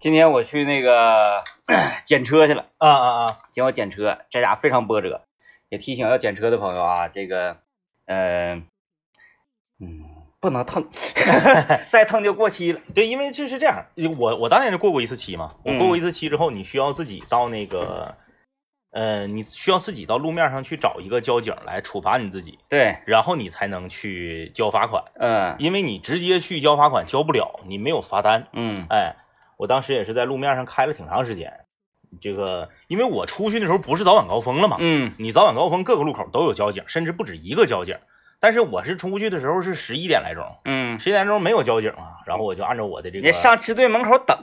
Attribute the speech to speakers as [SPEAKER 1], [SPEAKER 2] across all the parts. [SPEAKER 1] 今天我去那个 检车去了，
[SPEAKER 2] 啊啊啊！
[SPEAKER 1] 今我检车，这家非常波折，也提醒要检车的朋友啊，这个，呃，嗯，不能蹭， 再蹭就过期了。
[SPEAKER 2] 对，因为这是这样，我我当年是过过一次期嘛，我过过一次期之后，你需要自己到那个，呃，你需要自己到路面上去找一个交警来处罚你自己，
[SPEAKER 1] 对，
[SPEAKER 2] 然后你才能去交罚款，
[SPEAKER 1] 嗯
[SPEAKER 2] 因为你直接去交罚款交不了，你没有罚单。
[SPEAKER 1] 嗯
[SPEAKER 2] 哎，我当时也是在路面上开了挺长时间，这个因为我出去的时候不是早晚高峰了嘛，
[SPEAKER 1] 嗯
[SPEAKER 2] 你早晚高峰各个路口都有交警，甚至不止一个交警。但是我是出去的时候是十一点来钟，
[SPEAKER 1] 嗯，
[SPEAKER 2] 十一点钟没有交警啊，然后我就按照我的这
[SPEAKER 1] 你
[SPEAKER 2] 个，
[SPEAKER 1] 上支队门口等。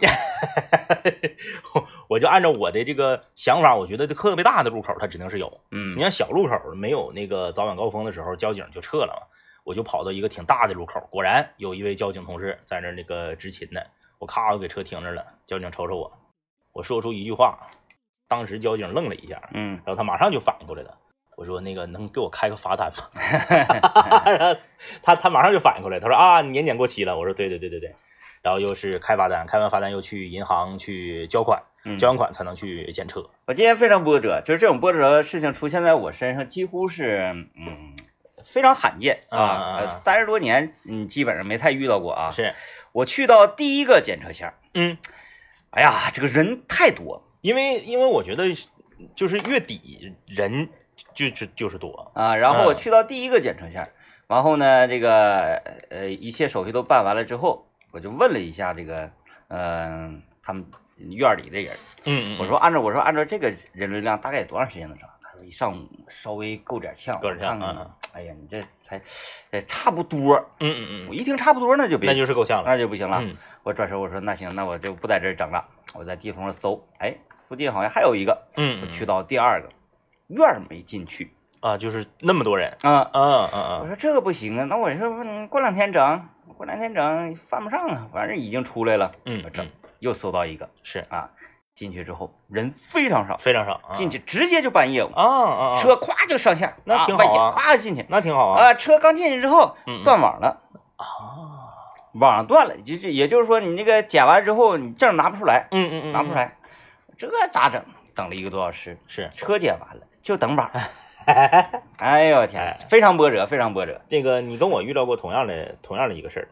[SPEAKER 2] 我就按照我的这个想法，我觉得这特别大的路口它指定是有。
[SPEAKER 1] 嗯
[SPEAKER 2] 你像小路口没有那个早晚高峰的时候，交警就撤了嘛，我就跑到一个挺大的路口，果然有一位交警同志在那儿那个执勤呢，我咔我给车停那儿了，交警瞅瞅我，我说出一句话，当时交警愣了一下，
[SPEAKER 1] 嗯，
[SPEAKER 2] 然后他马上就反应过来了。我说那个能给我开个罚单 吗？然后他他马上就反应过来，他说啊，你年检过期了。我说对对对对对。然后又是开罚单，开完罚单又去银行去交款，
[SPEAKER 1] 嗯
[SPEAKER 2] 交完款才能去检车。
[SPEAKER 1] 我今天非常波折，就是这种波折的事情出现在我身上，几乎是嗯非常罕见
[SPEAKER 2] 啊啊
[SPEAKER 1] 啊。
[SPEAKER 2] 啊
[SPEAKER 1] 三十、多年，嗯，基本上没太遇到过啊。
[SPEAKER 2] 是，
[SPEAKER 1] 我去到第一个检测线儿，
[SPEAKER 2] 嗯，
[SPEAKER 1] 哎呀，这个人太多
[SPEAKER 2] 因为因为我觉得就是月底人就就就是多，
[SPEAKER 1] 啊。然后我
[SPEAKER 2] 嗯
[SPEAKER 1] 去到第一个检测线儿，然后呢，这个呃一切手续都办完了之后，我就问了一下这个嗯、呃他们院儿里的人，
[SPEAKER 2] 嗯
[SPEAKER 1] 我说按照我说按照这个人流量大概有多长时间能上？他说一上午稍微够点呛，
[SPEAKER 2] 够点呛
[SPEAKER 1] 我看看
[SPEAKER 2] 嗯嗯
[SPEAKER 1] 哎呀，你这才，呃，差不多。
[SPEAKER 2] 嗯嗯
[SPEAKER 1] 我哎
[SPEAKER 2] 嗯，
[SPEAKER 1] 一听差不多，那就别，
[SPEAKER 2] 那就是够呛了。
[SPEAKER 1] 那就不行了。
[SPEAKER 2] 嗯
[SPEAKER 1] 我转身我说那行，那我就不在这儿整了，我在地图上搜，哎，附近好像还有一个，
[SPEAKER 2] 嗯，
[SPEAKER 1] 我
[SPEAKER 2] 嗯
[SPEAKER 1] 去到第二个院儿没进去
[SPEAKER 2] 啊，就是那么多人。
[SPEAKER 1] 啊。
[SPEAKER 2] 啊啊
[SPEAKER 1] 我
[SPEAKER 2] 啊！
[SPEAKER 1] 说这个不行啊，那我说嗯过两天整，过两天整犯不上啊，反正已经出来了，
[SPEAKER 2] 嗯
[SPEAKER 1] 我，整
[SPEAKER 2] 嗯
[SPEAKER 1] 又搜到一个
[SPEAKER 2] 是
[SPEAKER 1] 啊，进去之后人非常少，
[SPEAKER 2] 非常少。啊
[SPEAKER 1] 进去直接就办业务，
[SPEAKER 2] 啊啊，啊
[SPEAKER 1] 车咵就上线儿，
[SPEAKER 2] 那挺
[SPEAKER 1] 外
[SPEAKER 2] 好
[SPEAKER 1] 景
[SPEAKER 2] 啊
[SPEAKER 1] 咵进去
[SPEAKER 2] 那挺好啊。
[SPEAKER 1] 啊，车刚进去之后
[SPEAKER 2] 嗯嗯
[SPEAKER 1] 断网了，
[SPEAKER 2] 啊，
[SPEAKER 1] 网断了，就就也就是说你那个检完之后你证拿不出来，
[SPEAKER 2] 嗯嗯嗯，
[SPEAKER 1] 拿不出来，这咋整？等了一个多小时，
[SPEAKER 2] 是
[SPEAKER 1] 车检完了 就等网，哎呦我天，非常波折，非常波折，
[SPEAKER 2] 这个，你跟我遇到过同样的同样的一个事儿。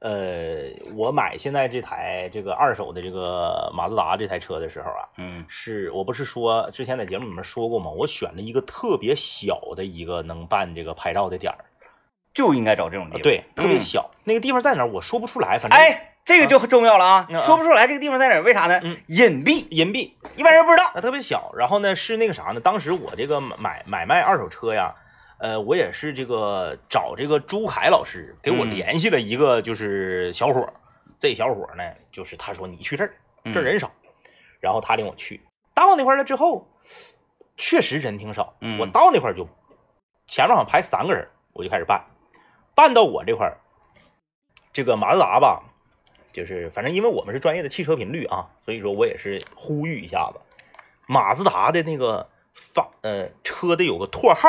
[SPEAKER 2] 呃，我买现在这台这个二手的这个马自达这台车的时候啊，
[SPEAKER 1] 嗯
[SPEAKER 2] 是我不是说之前在节目里面说过吗？我选了一个特别小的一个能办这个拍照的点儿，
[SPEAKER 1] 就应该找这种地
[SPEAKER 2] 啊
[SPEAKER 1] 方，
[SPEAKER 2] 对，特别
[SPEAKER 1] 嗯
[SPEAKER 2] 小。那个地方在哪儿？我说不出来，反正
[SPEAKER 1] 哎，这个就重要了啊，
[SPEAKER 2] 嗯嗯
[SPEAKER 1] 说不出来这个地方在哪儿，为啥呢？
[SPEAKER 2] 嗯
[SPEAKER 1] 隐蔽，
[SPEAKER 2] 银币
[SPEAKER 1] 一般人不知道。
[SPEAKER 2] 啊，特别小。然后呢，是那个啥呢？当时我这个买买卖二手车呀，呃，我也是这个找这个朱凯老师给我
[SPEAKER 1] 嗯
[SPEAKER 2] 联系了一个就是小伙儿，这小伙儿呢，就是他说你去这儿，
[SPEAKER 1] 嗯
[SPEAKER 2] 嗯这儿人少，然后他领我去。到那块儿了之后，确实人挺少。
[SPEAKER 1] 嗯
[SPEAKER 2] 我到那块儿就前面好像排三个人，我就开始办，办到我这块儿，这个马自达吧，就是反正因为我们是专业的汽车频率啊，所以说我也是呼吁一下子，马自达的那个发呃车的有个拓号，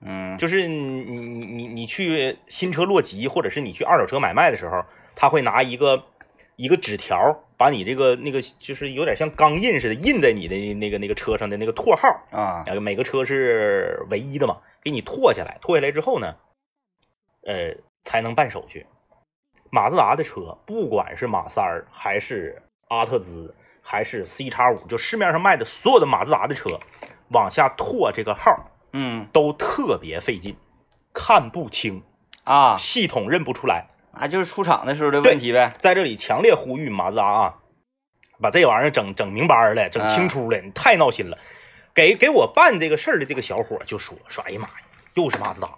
[SPEAKER 1] 嗯，
[SPEAKER 2] 就是你你你你你去新车落籍，或者是你去二手车买卖的时候，他会拿一个一个纸条，把你这个那个就是有点像钢印似的印在你的那个那个车上的那个拓号，
[SPEAKER 1] 啊，
[SPEAKER 2] 啊，每个车是唯一的嘛，给你拓下来，拓下来之后呢，呃，才能办手续。马自达的车，不管是马三儿还是阿特兹，还是 C 叉五，就市面上卖的所有的马自达的车，往下拓这个号儿
[SPEAKER 1] 嗯
[SPEAKER 2] 都特别费劲，看不清，
[SPEAKER 1] 啊，
[SPEAKER 2] 系统认不出来。
[SPEAKER 1] 啊，就是出厂的时候的问题呗。
[SPEAKER 2] 在这里强烈呼吁马自达啊，把这玩意儿整整明白儿了，整清楚了，你太闹心了。给给我办这个事儿的这个小伙儿就说说，哎呀妈呀，又是马自达，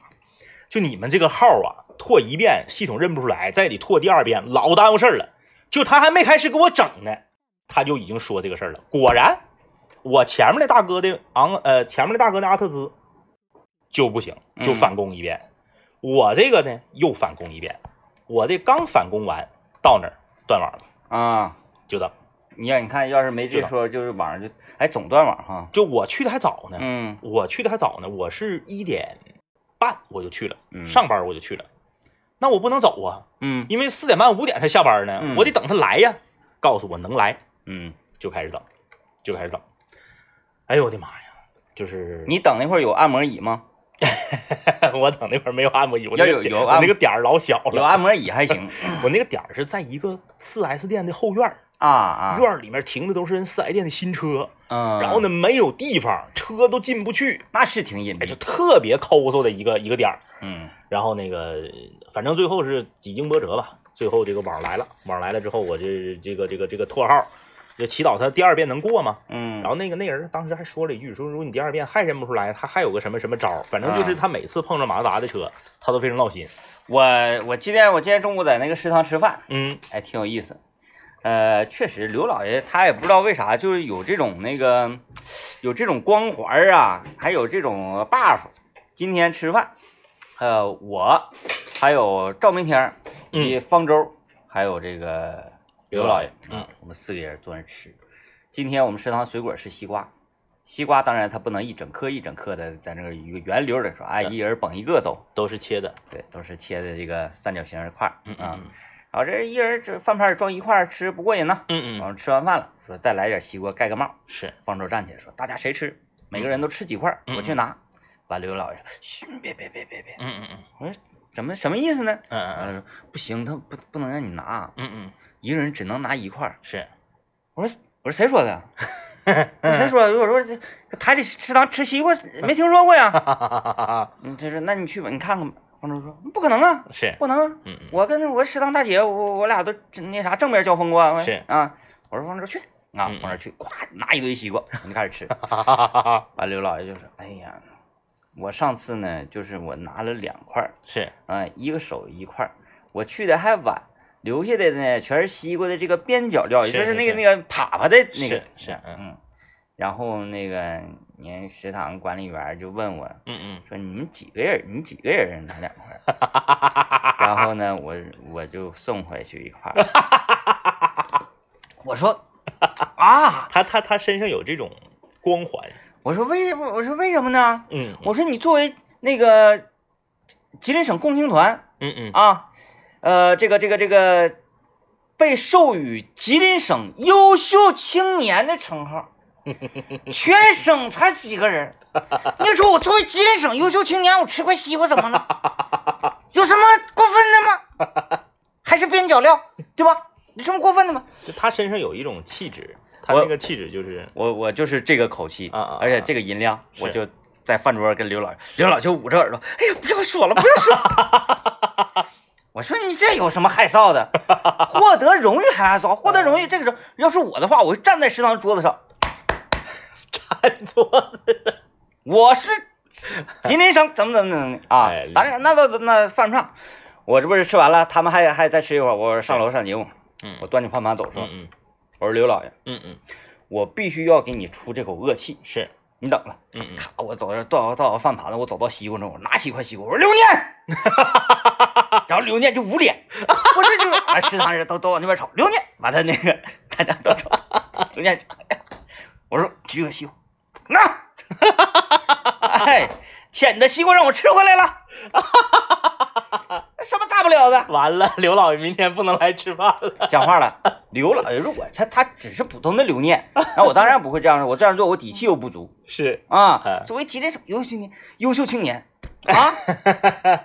[SPEAKER 2] 就你们这个号啊，拓一遍系统认不出来，再得拓第二遍，老耽误事儿了。就他还没开始给我整呢，他就已经说这个事儿了。果然，我前面的大哥的昂呃，前面的大哥的阿特兹就不行，就
[SPEAKER 1] 嗯
[SPEAKER 2] 反攻一遍。我这个呢又反攻一遍，我这刚反攻完到那儿断网了，
[SPEAKER 1] 啊，
[SPEAKER 2] 就等。
[SPEAKER 1] 你要你看，要是没这说，就是网上就哎总断网哈。
[SPEAKER 2] 就我去的还早呢，
[SPEAKER 1] 嗯
[SPEAKER 2] 我去的还早呢，我是一点半我就去了，
[SPEAKER 1] 嗯
[SPEAKER 2] 上班我就去了。那我不能走啊，
[SPEAKER 1] 嗯
[SPEAKER 2] 因为四点半五点才下班呢，
[SPEAKER 1] 嗯
[SPEAKER 2] 我得等他来呀。告诉我能来，
[SPEAKER 1] 嗯，
[SPEAKER 2] 就开始等，就开始等。哎呦我的妈呀！就是
[SPEAKER 1] 你等那会儿有按摩椅吗？
[SPEAKER 2] 我等那会儿没有按摩椅，我
[SPEAKER 1] 要
[SPEAKER 2] 那个
[SPEAKER 1] 有
[SPEAKER 2] 点
[SPEAKER 1] 有
[SPEAKER 2] 我
[SPEAKER 1] 按
[SPEAKER 2] 那个点儿老小
[SPEAKER 1] 有
[SPEAKER 2] 了，
[SPEAKER 1] 按摩椅还 行
[SPEAKER 2] 我那个点儿是在一个四 S 店的后院儿，
[SPEAKER 1] 啊啊，
[SPEAKER 2] 院儿里面停的都是人四 S 店的新车，
[SPEAKER 1] 嗯，
[SPEAKER 2] 然后呢没有地方，车都进不去，
[SPEAKER 1] 那是挺隐
[SPEAKER 2] 哎，就
[SPEAKER 1] 蔽，
[SPEAKER 2] 特别抠搜的一个一个点儿。
[SPEAKER 1] 嗯
[SPEAKER 2] 然后那个，反正最后是几经波折吧，最后这个网来了，网来了之后，我这这个这个这个绰号就祈祷他第二遍能过嘛。
[SPEAKER 1] 嗯，
[SPEAKER 2] 然后那个那人当时还说了一句，说如果你第二遍还认不出来，他还有个什么什么招儿，反正就是
[SPEAKER 1] 啊
[SPEAKER 2] 他每次碰着马自达的车，他都非常闹心。
[SPEAKER 1] 我我今天我今天中午在那个食堂吃饭，
[SPEAKER 2] 嗯
[SPEAKER 1] 哎，挺有意思。呃，确实，刘老爷他也不知道为啥，就是有这种那个，有这种光环儿啊，还有这种 buff。今天吃饭，呃，我还有赵明天儿，
[SPEAKER 2] 嗯
[SPEAKER 1] 以及方舟，还有这个刘老爷，
[SPEAKER 2] 嗯
[SPEAKER 1] 啊，我们四个人坐那儿吃。今天我们食堂水果是西瓜，西瓜当然它不能一整颗一整颗的在那个一个圆溜的说，哎，
[SPEAKER 2] 对
[SPEAKER 1] 一人捧一个走，
[SPEAKER 2] 都是切的。
[SPEAKER 1] 对，都是切的这个三角形儿块儿，
[SPEAKER 2] 嗯
[SPEAKER 1] 啊。
[SPEAKER 2] 嗯
[SPEAKER 1] 然后这一人这饭盘儿装一块儿吃不过瘾呐。然
[SPEAKER 2] 嗯嗯，
[SPEAKER 1] 后吃完饭了，说再来点西瓜盖个帽。
[SPEAKER 2] 是
[SPEAKER 1] 方舟站起来说：“大家谁吃？每个人都吃几块儿，
[SPEAKER 2] 嗯
[SPEAKER 1] 我去拿。”完，刘老爷说：“嘘，别别别别别
[SPEAKER 2] 嗯嗯嗯
[SPEAKER 1] 我说：“怎么什么意思呢？”
[SPEAKER 2] 嗯
[SPEAKER 1] 完
[SPEAKER 2] 嗯
[SPEAKER 1] 了说：“不行，他不不能让你拿，
[SPEAKER 2] 嗯嗯，
[SPEAKER 1] 一个人只能拿一块儿。
[SPEAKER 2] 是。”
[SPEAKER 1] 我说：“我说谁说的？啊我说谁说的？我说这台里食堂吃西瓜没听说过 呀
[SPEAKER 2] 哈哈哈哈哈！”
[SPEAKER 1] 嗯，他说：“那你去吧，你看看吧。”方舟说：“不可能啊，
[SPEAKER 2] 是。
[SPEAKER 1] 不能啊。”
[SPEAKER 2] 嗯嗯，
[SPEAKER 1] 我跟我食堂大姐，我我俩都那啥正面交锋过，
[SPEAKER 2] 是
[SPEAKER 1] 啊，我说往这儿去啊，
[SPEAKER 2] 嗯
[SPEAKER 1] 往这儿去，咵拿一堆西瓜，我就开始 吃。
[SPEAKER 2] 哈哈哈哈哈！
[SPEAKER 1] 完，刘老爷就说：“哎呀，我上次呢，就是我拿了两块儿，
[SPEAKER 2] 是。
[SPEAKER 1] 啊，一个手一块儿，我去的还晚，留下的呢全是西瓜的这个边角料，也
[SPEAKER 2] 是
[SPEAKER 1] 就是那个
[SPEAKER 2] 是
[SPEAKER 1] 那个粑粑的那个
[SPEAKER 2] 是是嗯
[SPEAKER 1] 嗯。然后那个您食堂管理员就问我，
[SPEAKER 2] 嗯嗯，
[SPEAKER 1] 说你们几个人，你们几个人拿两块儿？ 然后呢，我我就送回去一块儿。我 说啊，
[SPEAKER 2] 他他他身上有这种光环。
[SPEAKER 1] 我说为什么？我说为什么呢？
[SPEAKER 2] 嗯
[SPEAKER 1] 我说你作为那个吉林省共青团
[SPEAKER 2] 嗯嗯
[SPEAKER 1] 啊，呃，这个这个这个被授予吉林省优秀青年的称号。全省才几个人儿？你说我作为吉林省优秀青年，我吃块西瓜怎么了？有什么过分的吗？还是边角料，对吧？有什么过分的吗？
[SPEAKER 2] 就他身上有一种气质，他
[SPEAKER 1] 我
[SPEAKER 2] 那个气质就是
[SPEAKER 1] 我我就是这个口气
[SPEAKER 2] 啊啊啊
[SPEAKER 1] 而且这个音量，
[SPEAKER 2] 是
[SPEAKER 1] 我就在饭桌上跟刘老师，刘老就捂着耳朵，哎呀，不要说了，不要说了。 我说你这有什么害臊的？获得荣誉还害臊？获得荣
[SPEAKER 2] 嗯
[SPEAKER 1] 誉这个时候，要是我的话，我会站在食堂桌子上，
[SPEAKER 2] 站桌子。
[SPEAKER 1] 我 是吉林省怎么怎么怎么的啊
[SPEAKER 2] 哎？
[SPEAKER 1] 当然，那倒那犯不上。我这不是吃完了，他们还还再吃一会儿，我上楼上节目，
[SPEAKER 2] 嗯
[SPEAKER 1] 我端着饭盘走上，
[SPEAKER 2] 嗯
[SPEAKER 1] 我说刘老爷，
[SPEAKER 2] 嗯嗯，
[SPEAKER 1] 我必须要给你出这口恶气，
[SPEAKER 2] 是。
[SPEAKER 1] 你等着。
[SPEAKER 2] 嗯嗯，
[SPEAKER 1] 咔，我走到到到饭盘子，我走到西瓜那，我拿起一块西瓜，我说刘 念，然后刘念就捂脸，我说就哎完食堂人都都往那边瞅，刘念，完他那个大家都瞅，刘念就，哎呀我说举个西瓜，那，哎，显得西瓜让我吃回来了，什么大不了的，
[SPEAKER 2] 完了，刘老爷明天不能来吃饭了。
[SPEAKER 1] 讲话了，哎刘老爷，如果他他只是普通的刘念，那我当然不会这样说，我这样做我底气又不足。
[SPEAKER 2] 是，
[SPEAKER 1] 啊
[SPEAKER 2] 嗯，
[SPEAKER 1] 作为吉林省优秀青年，优秀青 年啊，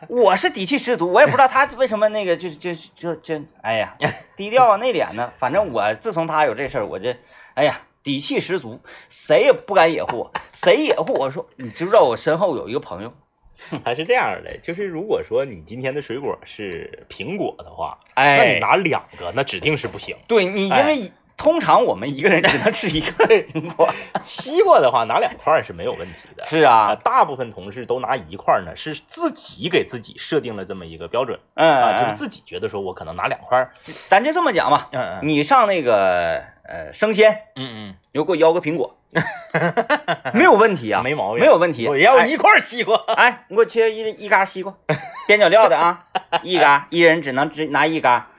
[SPEAKER 1] 我是底气十足，我也不知道他为什么那个就就就就，哎 呀，低调啊内敛呢。反正我自从他有这事儿，我这，哎呀，底气十足，谁也不敢掩护我，谁掩护我说， 你知不知道我身后有一个朋友？
[SPEAKER 2] 还是这样的，就是如果说你今天的水果是苹果的话，那
[SPEAKER 1] 哎，
[SPEAKER 2] 你拿两个，那指定是不行。
[SPEAKER 1] 对你因为
[SPEAKER 2] 哎
[SPEAKER 1] 一。通常我们一个人只能吃一个苹果，
[SPEAKER 2] 西瓜的话，拿两块儿 是没有问题的。呃
[SPEAKER 1] 是啊，
[SPEAKER 2] 大部分同事都拿一块儿呢，是自己给自己设定了这么一个标准啊，就是
[SPEAKER 1] 嗯，
[SPEAKER 2] 自己觉得说我可能拿两块儿，
[SPEAKER 1] 咱就这么讲吧。
[SPEAKER 2] 嗯
[SPEAKER 1] 你上那个呃生鲜，
[SPEAKER 2] 嗯
[SPEAKER 1] 你就给我要个苹 果，没有问题啊，
[SPEAKER 2] 嗯，没毛病，
[SPEAKER 1] 没有问题。
[SPEAKER 2] 我要
[SPEAKER 1] 哎
[SPEAKER 2] 一块儿西瓜。
[SPEAKER 1] 哎，你给我切一一嘎西瓜， 边角料的啊， 一嘎，一人只能只拿一嘎，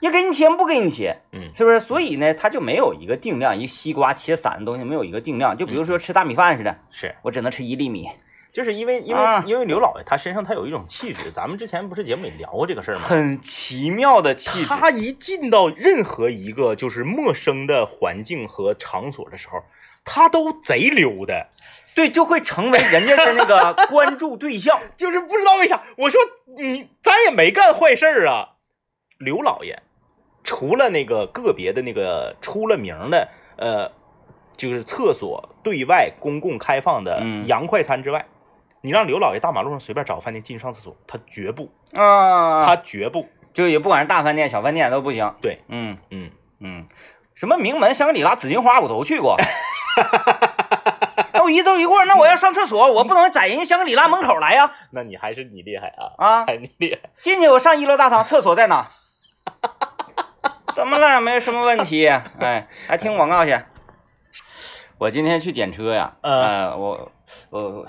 [SPEAKER 1] 也给你切不给你切，
[SPEAKER 2] 嗯
[SPEAKER 1] 是不是？所以呢，它就没有一个定量，一个西瓜切散的东西没有一个定量。就比如说吃大米饭似的，
[SPEAKER 2] 是，
[SPEAKER 1] 我只能吃一粒米，
[SPEAKER 2] 就是因为因为、
[SPEAKER 1] 啊
[SPEAKER 2] 因为刘老爷他身上他有一种气质，咱们之前不是节目里聊过这个事儿吗？
[SPEAKER 1] 很奇妙的气质，
[SPEAKER 2] 他一进到任何一个就是陌生的环境和场所的时候，他都贼溜达，
[SPEAKER 1] 对，就会成为人家的那个关注对象。
[SPEAKER 2] 就是不知道为啥。我说你咱也没干坏事儿啊，刘老爷，除了那个个别的那个出了名儿的呃，就是厕所对外公共开放的
[SPEAKER 1] 嗯
[SPEAKER 2] 洋快餐之外，你让刘老爷大马路上随便找个饭店进去上厕所， 他绝不，
[SPEAKER 1] 啊，
[SPEAKER 2] 他绝不，
[SPEAKER 1] 就也不管是大饭店、小饭店都不行。
[SPEAKER 2] 对，
[SPEAKER 1] 嗯
[SPEAKER 2] 嗯，
[SPEAKER 1] 嗯，什么名门、香格里拉、紫金花，我都去过。那我一周一过，那我要上厕所，我不能在人家香格里拉门口来呀！
[SPEAKER 2] 那你还是你厉害啊，
[SPEAKER 1] 啊，
[SPEAKER 2] 还是你厉害，
[SPEAKER 1] 进去我上一楼大堂，厕所在哪？怎么了？没什么问题。哎，来听广告去。我今天去检车呀，
[SPEAKER 2] 嗯
[SPEAKER 1] 呃，我我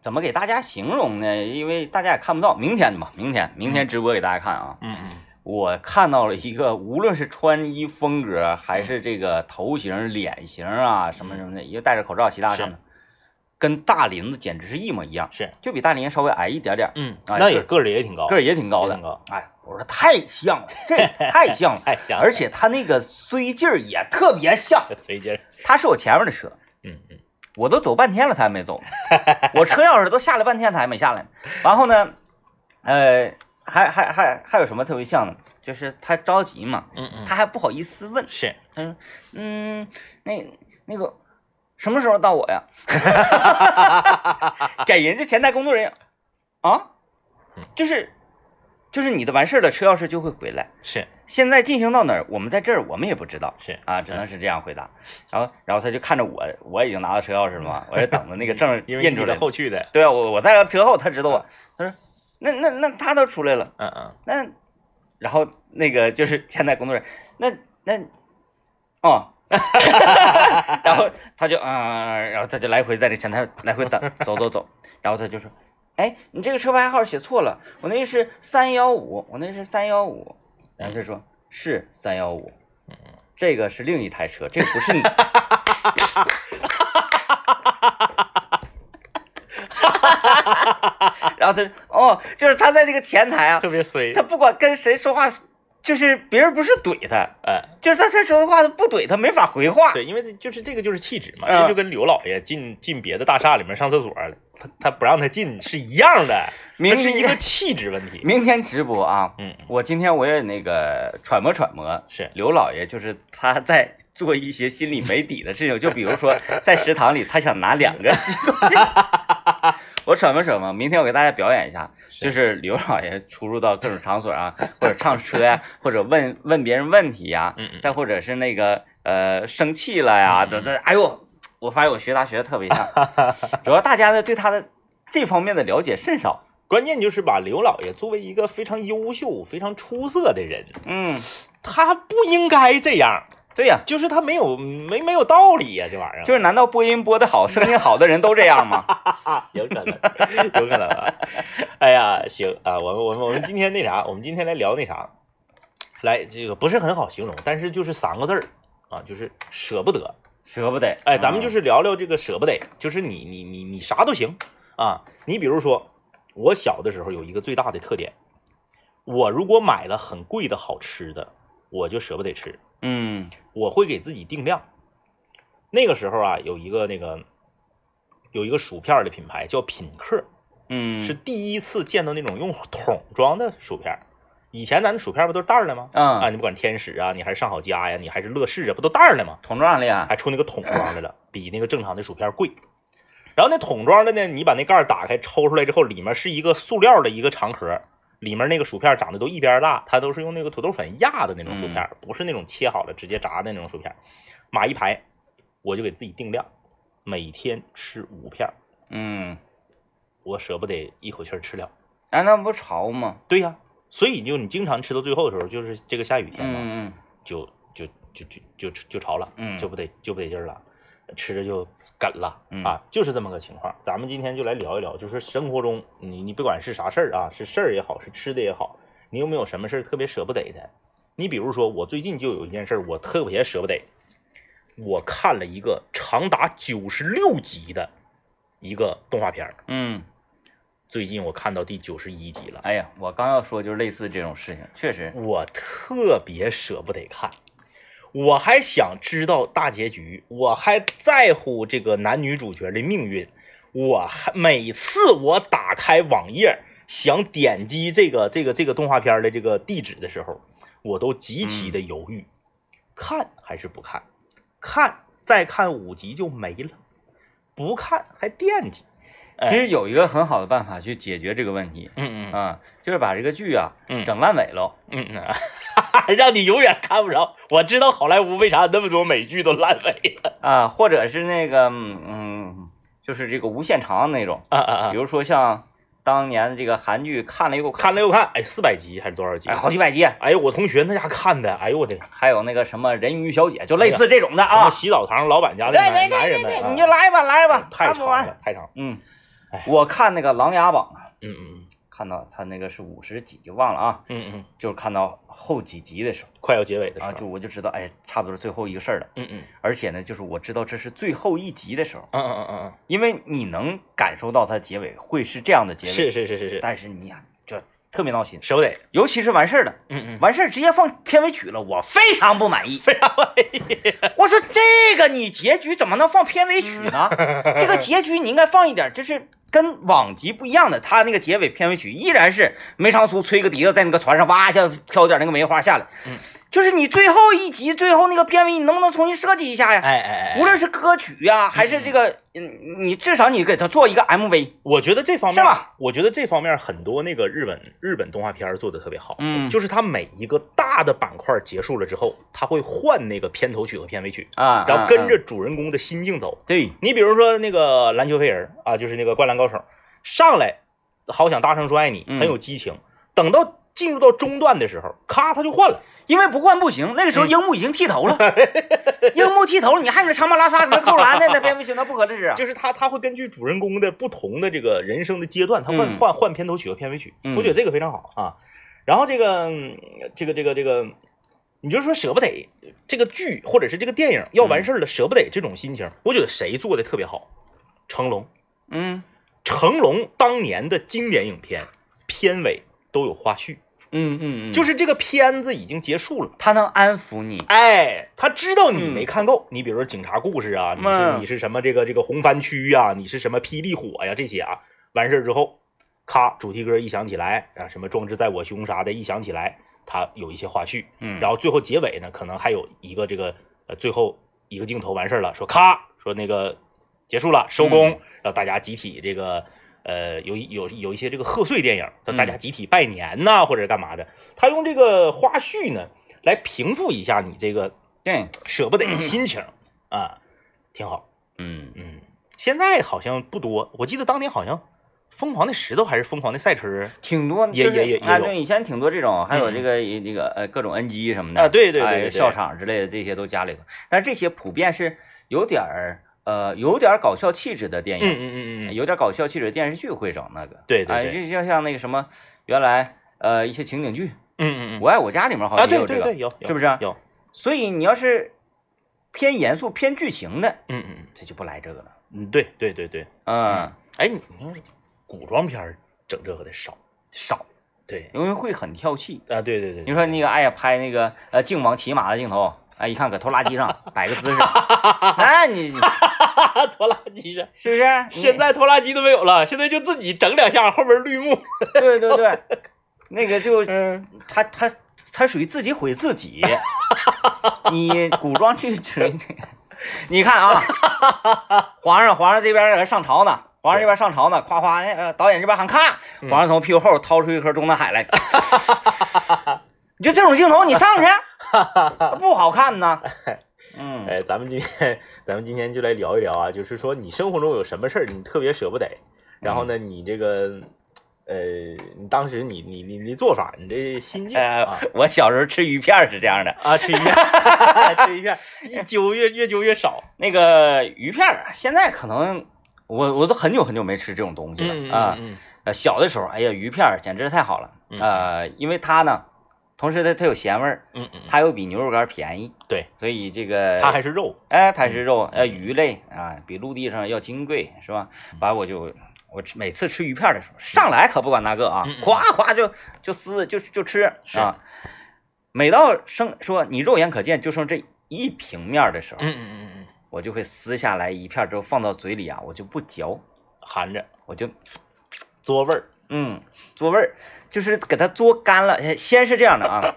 [SPEAKER 1] 怎么给大家形容呢？因为大家也看不到，明天吧，明天明天直播给大家看啊。
[SPEAKER 2] 嗯嗯。
[SPEAKER 1] 我看到了一个，无论是穿衣风格，啊还是这个头型、脸型啊，什么什么的，因为戴着口罩骑大上的，跟大林子简直是一模一样，
[SPEAKER 2] 是，
[SPEAKER 1] 就比大林稍微矮一点点，
[SPEAKER 2] 嗯，
[SPEAKER 1] 哎
[SPEAKER 2] 那
[SPEAKER 1] 个
[SPEAKER 2] 也
[SPEAKER 1] 儿
[SPEAKER 2] 个儿也挺高，
[SPEAKER 1] 个儿也挺高
[SPEAKER 2] 也
[SPEAKER 1] 的
[SPEAKER 2] 挺。高，
[SPEAKER 1] 哎，我说太像了，这也太像 了，
[SPEAKER 2] 哎呀，
[SPEAKER 1] 而且他那个绥劲儿也特别像。
[SPEAKER 2] 随劲儿，
[SPEAKER 1] 他是我前面的车，
[SPEAKER 2] 嗯嗯，
[SPEAKER 1] 我都走半天了，他还没走呢。我车钥匙都下来半天，他还没下来呢。然后呢，呃，还还还还有什么特别像呢？就是他着急嘛，
[SPEAKER 2] 嗯嗯
[SPEAKER 1] 他还不好意思问。
[SPEAKER 2] 是，
[SPEAKER 1] 他说：“嗯，那那个什么时候到我呀？” 给人家前台工作人员啊
[SPEAKER 2] 嗯，
[SPEAKER 1] 就是就是你的完事儿了，车钥匙就会回来。
[SPEAKER 2] 是
[SPEAKER 1] 现在进行到哪儿，我们在这儿我们也不知道
[SPEAKER 2] 是
[SPEAKER 1] 啊，只能是这样回答。然后然后他就看着我，我已经拿到车钥匙了嘛，我是等着那个证儿
[SPEAKER 2] 因为
[SPEAKER 1] 印
[SPEAKER 2] 你
[SPEAKER 1] 出来
[SPEAKER 2] 是在
[SPEAKER 1] 了。
[SPEAKER 2] 后嗯去的，
[SPEAKER 1] 对啊，我我在车后，他知道我。他说：“那那那他都出来了。”
[SPEAKER 2] 嗯嗯，
[SPEAKER 1] 那，然后那个就是现在工作人员，那那，哦， 然后他就啊、然后他就来回在这前台来回等，走走走，然后他就说，哎，你这个车牌号写错了，我那是三幺五，我那是三幺五，然后他说是三幺五，这个是另一台车，这个不是你。然后他说：“哦，就是他在那个前台啊，
[SPEAKER 2] 特别衰，
[SPEAKER 1] 他不管跟谁说话，就是别人不是怼他，
[SPEAKER 2] 哎，
[SPEAKER 1] 就是他他说的话他不怼他，没法回话。
[SPEAKER 2] 对，因为这就是这个就是气质嘛，
[SPEAKER 1] 嗯
[SPEAKER 2] 这就跟刘老爷进进别的大厦里面上厕所了，他他不让他进是一样的，
[SPEAKER 1] 明
[SPEAKER 2] 那是一
[SPEAKER 1] 天
[SPEAKER 2] 个气质问题，
[SPEAKER 1] 明天直播啊，
[SPEAKER 2] 嗯，嗯
[SPEAKER 1] 我今天我也那个揣摩揣摩，
[SPEAKER 2] 是，
[SPEAKER 1] 刘老爷就是他在做一些心里没底的事情，就比如说在食堂里，他想拿两个西瓜进来 我揣摩揣摩，明天我给大家表演一下，就是刘老爷出入到各种场所啊，或者 唱车呀、或者问问别人问题啊呀、
[SPEAKER 2] 嗯嗯
[SPEAKER 1] 再或者是那个呃生气了呀，
[SPEAKER 2] 嗯
[SPEAKER 1] 等等，哎呦，我发现我学他学的特别 像，主要大家呢对他的这方面的了解甚少，
[SPEAKER 2] 关键就是把刘老爷作为一个非常优秀、非常出色的人，
[SPEAKER 1] 嗯，
[SPEAKER 2] 他不应该这样，
[SPEAKER 1] 对呀、
[SPEAKER 2] 就是他没有没没有道理呀、这玩意儿
[SPEAKER 1] 就是难道播音播的好、声音好的人都这样吗？
[SPEAKER 2] 啊， 有可能，有可能啊。哎呀，行啊，我们我们我们今天那啥，我们今天来聊那啥，来这个不是很好形容，但是就是三个字儿啊，就是舍不得。
[SPEAKER 1] 舍不得，嗯
[SPEAKER 2] 哎，咱
[SPEAKER 1] 啊
[SPEAKER 2] 们就是是聊聊这个舍不得，就是你你你你啥都行啊。你比如说，我小的时候有一个最大的特点，我如果买了很贵的好吃的，我就舍不得吃。
[SPEAKER 1] 嗯。
[SPEAKER 2] 我会给自己定量。那个时候啊，有一个那个有一个薯片儿的品牌叫品客，
[SPEAKER 1] 嗯，
[SPEAKER 2] 是第一次见到那种用桶装的薯片儿。以前咱们薯片儿不都是袋儿的吗？啊，
[SPEAKER 1] 嗯，
[SPEAKER 2] 你不管天使啊，你还是上好佳呀，你还是乐事啊，不都袋儿的吗？
[SPEAKER 1] 桶状厉害，
[SPEAKER 2] 还出那个桶 装的了，比那个正常的薯片儿贵。然后那桶装的呢，你把那盖儿打开，抽出来之后，里面是一个塑料的一个长盒，里面那个薯片儿长得都一边儿大，它都是用那个土豆粉压的那种薯片儿，不是那种切好了直接炸的那种薯片儿。码一排，我就给自己定量，每天吃五片儿，
[SPEAKER 1] 嗯，
[SPEAKER 2] 我舍不得一口气儿吃了。
[SPEAKER 1] 哎，那不潮吗？
[SPEAKER 2] 对呀、所以就你经常吃到最后的时候，就是这个下雨天嘛，
[SPEAKER 1] 嗯嗯
[SPEAKER 2] 就就就就就就潮了，
[SPEAKER 1] 嗯
[SPEAKER 2] 就不得就不得劲儿了，吃着就梗了、
[SPEAKER 1] 嗯
[SPEAKER 2] 啊，就是这么个情况。咱们今天就来聊一聊，就是生活中你你不管是啥事儿啊，是事儿也好，是吃的也好，你有没有什么事儿特别舍不得的？你比如说，我最近就有一件事儿，我特别舍不得，我看了一个长达九十六集的一个动画片儿。
[SPEAKER 1] 嗯，
[SPEAKER 2] 最近我看到第九十一集了，
[SPEAKER 1] 哎呀，我刚要说就是类似这种事情，确实，
[SPEAKER 2] 我特别舍不得看，我还想知道大结局，我还在乎这个男女主角的命运，我还每次我打开网页想点击这个这个这个动画片的这个地址的时候，我都极其的犹豫，看还是不看，看再看五集就没了，不看还惦记，哎
[SPEAKER 1] 其实有一个很好的办法去解决这个问题
[SPEAKER 2] 嗯嗯
[SPEAKER 1] 啊，就是把这个剧啊
[SPEAKER 2] 嗯
[SPEAKER 1] 整烂尾喽。
[SPEAKER 2] 嗯嗯， 让你永远看不着。我知道好莱坞为啥那么多美剧都烂尾了。
[SPEAKER 1] 啊，或者是那个，嗯，嗯就是这个无限长那种，
[SPEAKER 2] 啊啊啊
[SPEAKER 1] 比！如说像当年的这个韩剧，看了又看，
[SPEAKER 2] 看了又看，哎，四百集还是多少集？
[SPEAKER 1] 哎，好几百集，啊
[SPEAKER 2] 哎呦，我同学那家看的，哎呦我的个，
[SPEAKER 1] 还有那个什么人鱼小姐，就类似这种的啊
[SPEAKER 2] 哎什么。洗澡堂老板家
[SPEAKER 1] 对
[SPEAKER 2] 的男
[SPEAKER 1] 对
[SPEAKER 2] 男
[SPEAKER 1] 对对
[SPEAKER 2] 人们，
[SPEAKER 1] 对，
[SPEAKER 2] 啊
[SPEAKER 1] 你就来吧来吧，
[SPEAKER 2] 太
[SPEAKER 1] 看
[SPEAKER 2] 长
[SPEAKER 1] 不完。
[SPEAKER 2] 了，太长了。
[SPEAKER 1] 嗯
[SPEAKER 2] 哎，
[SPEAKER 1] 我看那个《琅琊榜》啊，
[SPEAKER 2] 嗯嗯
[SPEAKER 1] 看到他那个是五十几集忘了啊，
[SPEAKER 2] 嗯嗯，
[SPEAKER 1] 就是看到后几集的时候
[SPEAKER 2] 快要结尾的时
[SPEAKER 1] 啊，
[SPEAKER 2] 候，
[SPEAKER 1] 就我就知道，哎，差不多是最后一个事儿了。
[SPEAKER 2] 嗯嗯
[SPEAKER 1] 而且呢，就是我知道这是最后一集的时候，
[SPEAKER 2] 嗯嗯嗯
[SPEAKER 1] 因为你能感受到它结尾会是这样的结
[SPEAKER 2] 嗯，
[SPEAKER 1] 尾。
[SPEAKER 2] 是是是是是，
[SPEAKER 1] 但是你呀、就特别闹心，
[SPEAKER 2] 舍不得。
[SPEAKER 1] 尤其是完事儿了，
[SPEAKER 2] 嗯嗯，
[SPEAKER 1] 完事儿直接放片尾曲了，我非常不满意。
[SPEAKER 2] 非常累。
[SPEAKER 1] 我说这个你结局怎么能放片尾曲呢？这个结局你应该放一点，就是跟往集不一样的，他那个结尾片尾曲依然是梅长苏吹个笛子在那个船上哇一下飘点那个梅花下来，
[SPEAKER 2] 嗯
[SPEAKER 1] 就是你最后一集最后那个片尾你能不能重新设计一下呀？
[SPEAKER 2] 哎哎哎，
[SPEAKER 1] 无论是歌曲呀、还是这个，嗯，你至少你给他做一个 MV，
[SPEAKER 2] 我觉得这方面
[SPEAKER 1] 是吧，
[SPEAKER 2] 我觉得这方面很多那个日本日本动画片做的特别好，
[SPEAKER 1] 嗯
[SPEAKER 2] 就是它每一个大的板块结束了之后，它会换那个片头曲和片尾曲，
[SPEAKER 1] 啊
[SPEAKER 2] 然后跟着
[SPEAKER 1] 啊啊啊
[SPEAKER 2] 主人公的心境走。
[SPEAKER 1] 对，
[SPEAKER 2] 你比如说那个篮球飞人啊，就是那个灌篮高手，上来好想大声说爱你，
[SPEAKER 1] 嗯
[SPEAKER 2] 很有激情，等到进入到中段的时候，咔他就换了，
[SPEAKER 1] 因为不换不行，那个时候
[SPEAKER 2] 嗯
[SPEAKER 1] 樱木已经剃 头了，樱木剃头了，你还搁那长毛拉撒搁那扣篮呢，那边不行，那不合适啊。
[SPEAKER 2] 就是他他会根据主人公的不同的这个人生的阶段，他换
[SPEAKER 1] 嗯
[SPEAKER 2] 换换片头曲和片尾曲，
[SPEAKER 1] 嗯
[SPEAKER 2] 我觉得这个非常好啊。然后这个嗯这个这个这个，你就说舍不得这个剧或者是这个电影要
[SPEAKER 1] 嗯
[SPEAKER 2] 完事儿了，舍不得这种心情，我觉得谁做的特别好？成龙，
[SPEAKER 1] 嗯
[SPEAKER 2] 成龙当年的经典影片片尾都有花絮，
[SPEAKER 1] 嗯嗯嗯，
[SPEAKER 2] 就是是这个片子已经结束了。
[SPEAKER 1] 他能安抚你，
[SPEAKER 2] 哎，他知道你
[SPEAKER 1] 嗯
[SPEAKER 2] 没看够，你比如说警察故事啊，你是
[SPEAKER 1] 嗯
[SPEAKER 2] 你是什么这个这个红番区呀、你是什么霹雳火呀、这些啊，完事儿之后，咔，主题歌一响起来啊，什么壮志在我胸啥的，一响起来，他有一些花絮，
[SPEAKER 1] 嗯
[SPEAKER 2] 然后最后结尾呢，可能还有一个这个呃最后一个镜头完事儿了，说咔，说那个结束了，收工，
[SPEAKER 1] 嗯
[SPEAKER 2] 然后大家集体这个呃有一有有一些这个贺岁电影，让
[SPEAKER 1] 嗯
[SPEAKER 2] 大家集体拜年呐、或者干嘛的，他用这个花絮呢来平复一下你这个呃
[SPEAKER 1] 对，
[SPEAKER 2] 舍不得的心情、啊，挺好。
[SPEAKER 1] 嗯，
[SPEAKER 2] 嗯，现在好像不多，我记得当年好像《疯狂的石头》还是《疯狂的赛车》
[SPEAKER 1] 挺多，
[SPEAKER 2] 也
[SPEAKER 1] 就是
[SPEAKER 2] 也也也
[SPEAKER 1] 啊，
[SPEAKER 2] 有
[SPEAKER 1] 对，以前挺多这种，还有
[SPEAKER 2] 嗯
[SPEAKER 1] 这个那个呃各种 NG 什么的
[SPEAKER 2] 啊对对对
[SPEAKER 1] 哎
[SPEAKER 2] 对对
[SPEAKER 1] 笑场之类的这些都加里头，但这些普遍是有点儿呃有点儿搞笑气质的电
[SPEAKER 2] 嗯
[SPEAKER 1] 影，
[SPEAKER 2] 嗯嗯嗯，
[SPEAKER 1] 有点搞笑气质的电视剧会整那个，
[SPEAKER 2] 对对
[SPEAKER 1] 哎
[SPEAKER 2] 对
[SPEAKER 1] 就就像那个什么原来呃一些情景剧，
[SPEAKER 2] 嗯嗯嗯，
[SPEAKER 1] 我爱我家》里面好
[SPEAKER 2] 啊
[SPEAKER 1] 像也有
[SPEAKER 2] 对
[SPEAKER 1] 这
[SPEAKER 2] 对
[SPEAKER 1] 个，
[SPEAKER 2] 对有，
[SPEAKER 1] 是不是啊
[SPEAKER 2] 有，
[SPEAKER 1] 所以你要是偏严肃、偏剧情的，
[SPEAKER 2] 嗯嗯
[SPEAKER 1] 这就不来这个了。
[SPEAKER 2] 嗯，对对对对，
[SPEAKER 1] 嗯，，
[SPEAKER 2] 哎你你看古装片儿整这个的少，
[SPEAKER 1] 少，
[SPEAKER 2] 对
[SPEAKER 1] 因为会很跳戏。
[SPEAKER 2] 啊对对对，
[SPEAKER 1] 你说那个，哎呀，拍那个呃靖王骑马的镜头，哎，一看搁拖拉机 上摆个姿势，那你
[SPEAKER 2] 个拖拉机上，
[SPEAKER 1] 是不是？你
[SPEAKER 2] 现在拖拉机都没有了，现在就自己整两下，后边绿幕，
[SPEAKER 1] 对对对，那个 就
[SPEAKER 2] 嗯，
[SPEAKER 1] 他他他属于自己毁自 己。你古装剧 属于，你看啊，皇上皇上这边在这上朝呢，皇上这边上朝呢，夸夸，呃，导演这边喊咔，
[SPEAKER 2] 嗯
[SPEAKER 1] 皇上从屁股后掏出一颗中南 海来，你就这种镜头你上去，不好看 呐。嗯
[SPEAKER 2] 哎，咱们今天，咱们今天就来聊一聊啊，就是说你生活中有什么事儿你特别舍不得，然后呢，你这个，呃，你当时你你你你做法，你这心境啊
[SPEAKER 1] 呃，我小时候吃鱼片儿是这样的，
[SPEAKER 2] 啊，吃一片， 吃一片，一揪越越揪越少，
[SPEAKER 1] 那个鱼片儿啊现在可能我我都很久很久没吃这种东西了啊。
[SPEAKER 2] 嗯
[SPEAKER 1] 呃，小的时候，哎呀，鱼片儿简直是太好了
[SPEAKER 2] 嗯。
[SPEAKER 1] 呃，因为它呢，同时它它有咸味儿，
[SPEAKER 2] 嗯嗯，嗯
[SPEAKER 1] 它又比牛肉干便宜，
[SPEAKER 2] 对，
[SPEAKER 1] 所以这个
[SPEAKER 2] 它还嗯是肉，
[SPEAKER 1] 哎，它是肉，呃，鱼类啊，比陆地上要金贵，是吧？
[SPEAKER 2] 嗯
[SPEAKER 1] 完我就我吃每次吃鱼片的时候，上来可不管那个啊
[SPEAKER 2] 嗯嗯，嗯
[SPEAKER 1] 夸夸就就撕就就吃
[SPEAKER 2] 是
[SPEAKER 1] 啊。每到剩说你肉眼可见就剩这一平面儿的时候，
[SPEAKER 2] 嗯嗯嗯嗯，
[SPEAKER 1] 我就会撕下来一片儿之后放到嘴里啊，我就不嚼，
[SPEAKER 2] 含着
[SPEAKER 1] 我就
[SPEAKER 2] 嘬味儿，
[SPEAKER 1] 嗯嘬味儿，就是给它嘬干了。先是这样的 啊，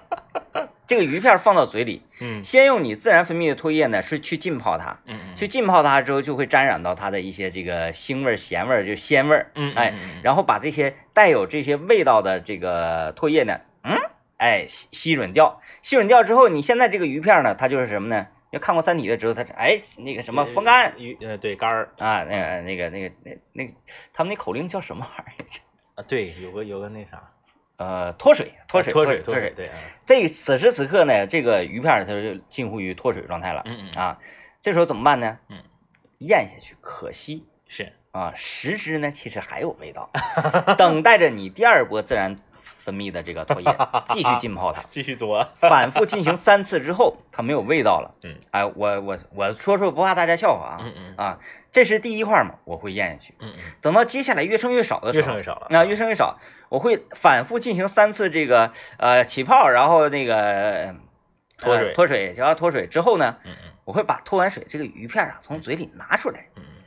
[SPEAKER 1] 这个鱼片儿放到嘴里，
[SPEAKER 2] 嗯
[SPEAKER 1] 先用你自然分泌的唾液呢是去浸泡它。
[SPEAKER 2] 嗯嗯，
[SPEAKER 1] 去浸泡它之后，就会沾染到它的一些这个腥味儿、咸味儿，就鲜味儿。
[SPEAKER 2] 嗯嗯
[SPEAKER 1] 哎
[SPEAKER 2] 嗯嗯，
[SPEAKER 1] 然后把这些带有这些味道的这个唾液呢，嗯，哎，吸吸吮掉。吸吮掉之后，你现在这个鱼片儿呢，它就是什么呢？要看过《三体》的知道，它是哎那个什么风干
[SPEAKER 2] 鱼，呃，对干儿
[SPEAKER 1] 啊，那个那个那个那那个他们那口令叫什么玩意儿？
[SPEAKER 2] 啊，对，有个有个那啥，
[SPEAKER 1] 呃，脱水，脱水，
[SPEAKER 2] 脱
[SPEAKER 1] 水，
[SPEAKER 2] 脱
[SPEAKER 1] 脱水。
[SPEAKER 2] 对，啊
[SPEAKER 1] 这此时此刻呢，这个鱼片儿它就近乎于脱水状态了
[SPEAKER 2] 嗯嗯嗯
[SPEAKER 1] 啊。这时候怎么办呢？
[SPEAKER 2] 嗯，
[SPEAKER 1] 咽下去，可惜。
[SPEAKER 2] 是，
[SPEAKER 1] 啊，食之呢其实还有味 道，等待着你第二波自然分泌的这个唾液继续浸 泡它，
[SPEAKER 2] 继续嘬，
[SPEAKER 1] 反复进行三次之后，它没有味道了。
[SPEAKER 2] 嗯
[SPEAKER 1] 哎，我我我说说不怕大家笑话啊
[SPEAKER 2] 嗯嗯
[SPEAKER 1] 啊，这是第一块嘛，我会咽下去。
[SPEAKER 2] 嗯嗯，
[SPEAKER 1] 等到接下来越剩越少的时
[SPEAKER 2] 越
[SPEAKER 1] 候，
[SPEAKER 2] 剩越少了，
[SPEAKER 1] 啊，越剩越少，我会反复进行三次这个呃起泡，然后那个呃
[SPEAKER 2] 脱水
[SPEAKER 1] 脱水，然后脱水之后呢，
[SPEAKER 2] 嗯嗯
[SPEAKER 1] 我会把脱完水这个鱼片啊从嘴里拿出来，
[SPEAKER 2] 嗯嗯，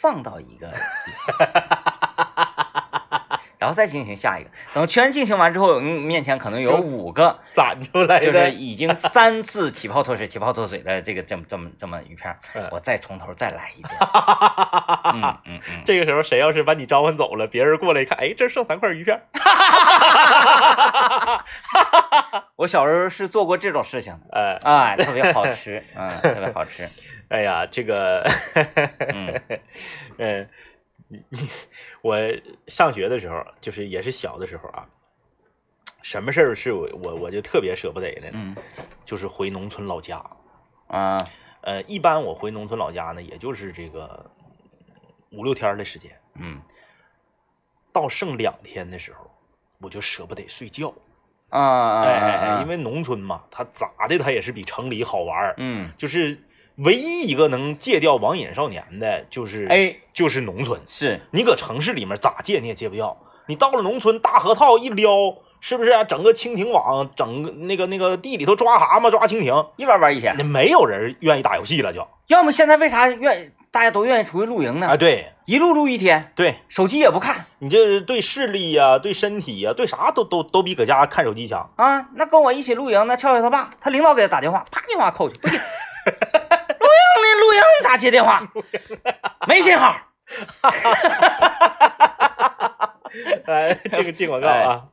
[SPEAKER 1] 放到一个地方，然后再进行下一个。等全进行完之后，嗯，面前可能有五个，
[SPEAKER 2] 攒出来
[SPEAKER 1] 就
[SPEAKER 2] 的
[SPEAKER 1] 是，已经三次起泡脱水、起泡脱水的这个这么这么这么鱼片儿，
[SPEAKER 2] 嗯
[SPEAKER 1] 我再从头再来一遍。嗯嗯嗯，
[SPEAKER 2] 这个时候谁要是把你召唤走了，别人过来一看，哎，这剩三块鱼片儿，
[SPEAKER 1] 我小时候是做过这种事情的，
[SPEAKER 2] 哎
[SPEAKER 1] 哎，特别好 吃，嗯，特别好吃，
[SPEAKER 2] 哎呀，这个，
[SPEAKER 1] 嗯
[SPEAKER 2] 嗯，你你我上学的时候，就是也是小的时候啊，什么事儿是我我我就特别舍不得的呢？
[SPEAKER 1] 嗯
[SPEAKER 2] 就是回农村老家。
[SPEAKER 1] 啊
[SPEAKER 2] 呃，一般我回农村老家呢，也就是这个五六天儿的时间，
[SPEAKER 1] 嗯
[SPEAKER 2] 到剩两天的时候，我就舍不得睡觉。
[SPEAKER 1] 啊啊，
[SPEAKER 2] 哎哎哎，因
[SPEAKER 1] 为
[SPEAKER 2] 为农村嘛，它咋的，它也是比城里好玩儿。
[SPEAKER 1] 嗯
[SPEAKER 2] 就是唯一一个能戒掉网瘾少年的，就是
[SPEAKER 1] 哎
[SPEAKER 2] 就是农村。
[SPEAKER 1] 是
[SPEAKER 2] 你搁城市里面咋戒你也戒不掉，你到了农村大河套一撩，是不是、啊整个蜻蜓网，整个那个那个地里头抓蛤蟆抓蜻蜓，
[SPEAKER 1] 一玩玩一天
[SPEAKER 2] 那，没有人愿意打游戏了就。
[SPEAKER 1] 要么现在为啥愿大家都愿意出去露营呢
[SPEAKER 2] 啊，？对
[SPEAKER 1] 一路露一天。
[SPEAKER 2] 对，
[SPEAKER 1] 手机也不看
[SPEAKER 2] 你这对视力呀、对身体呀、对啥都都都比搁家看手机强。
[SPEAKER 1] 啊。那跟我一起露营，那俏俏他爸，他领导给他打电话，啪电话扣去，不接。 露营呢？露营你咋接电话？没信 号。
[SPEAKER 2] 哎，这个进广告啊。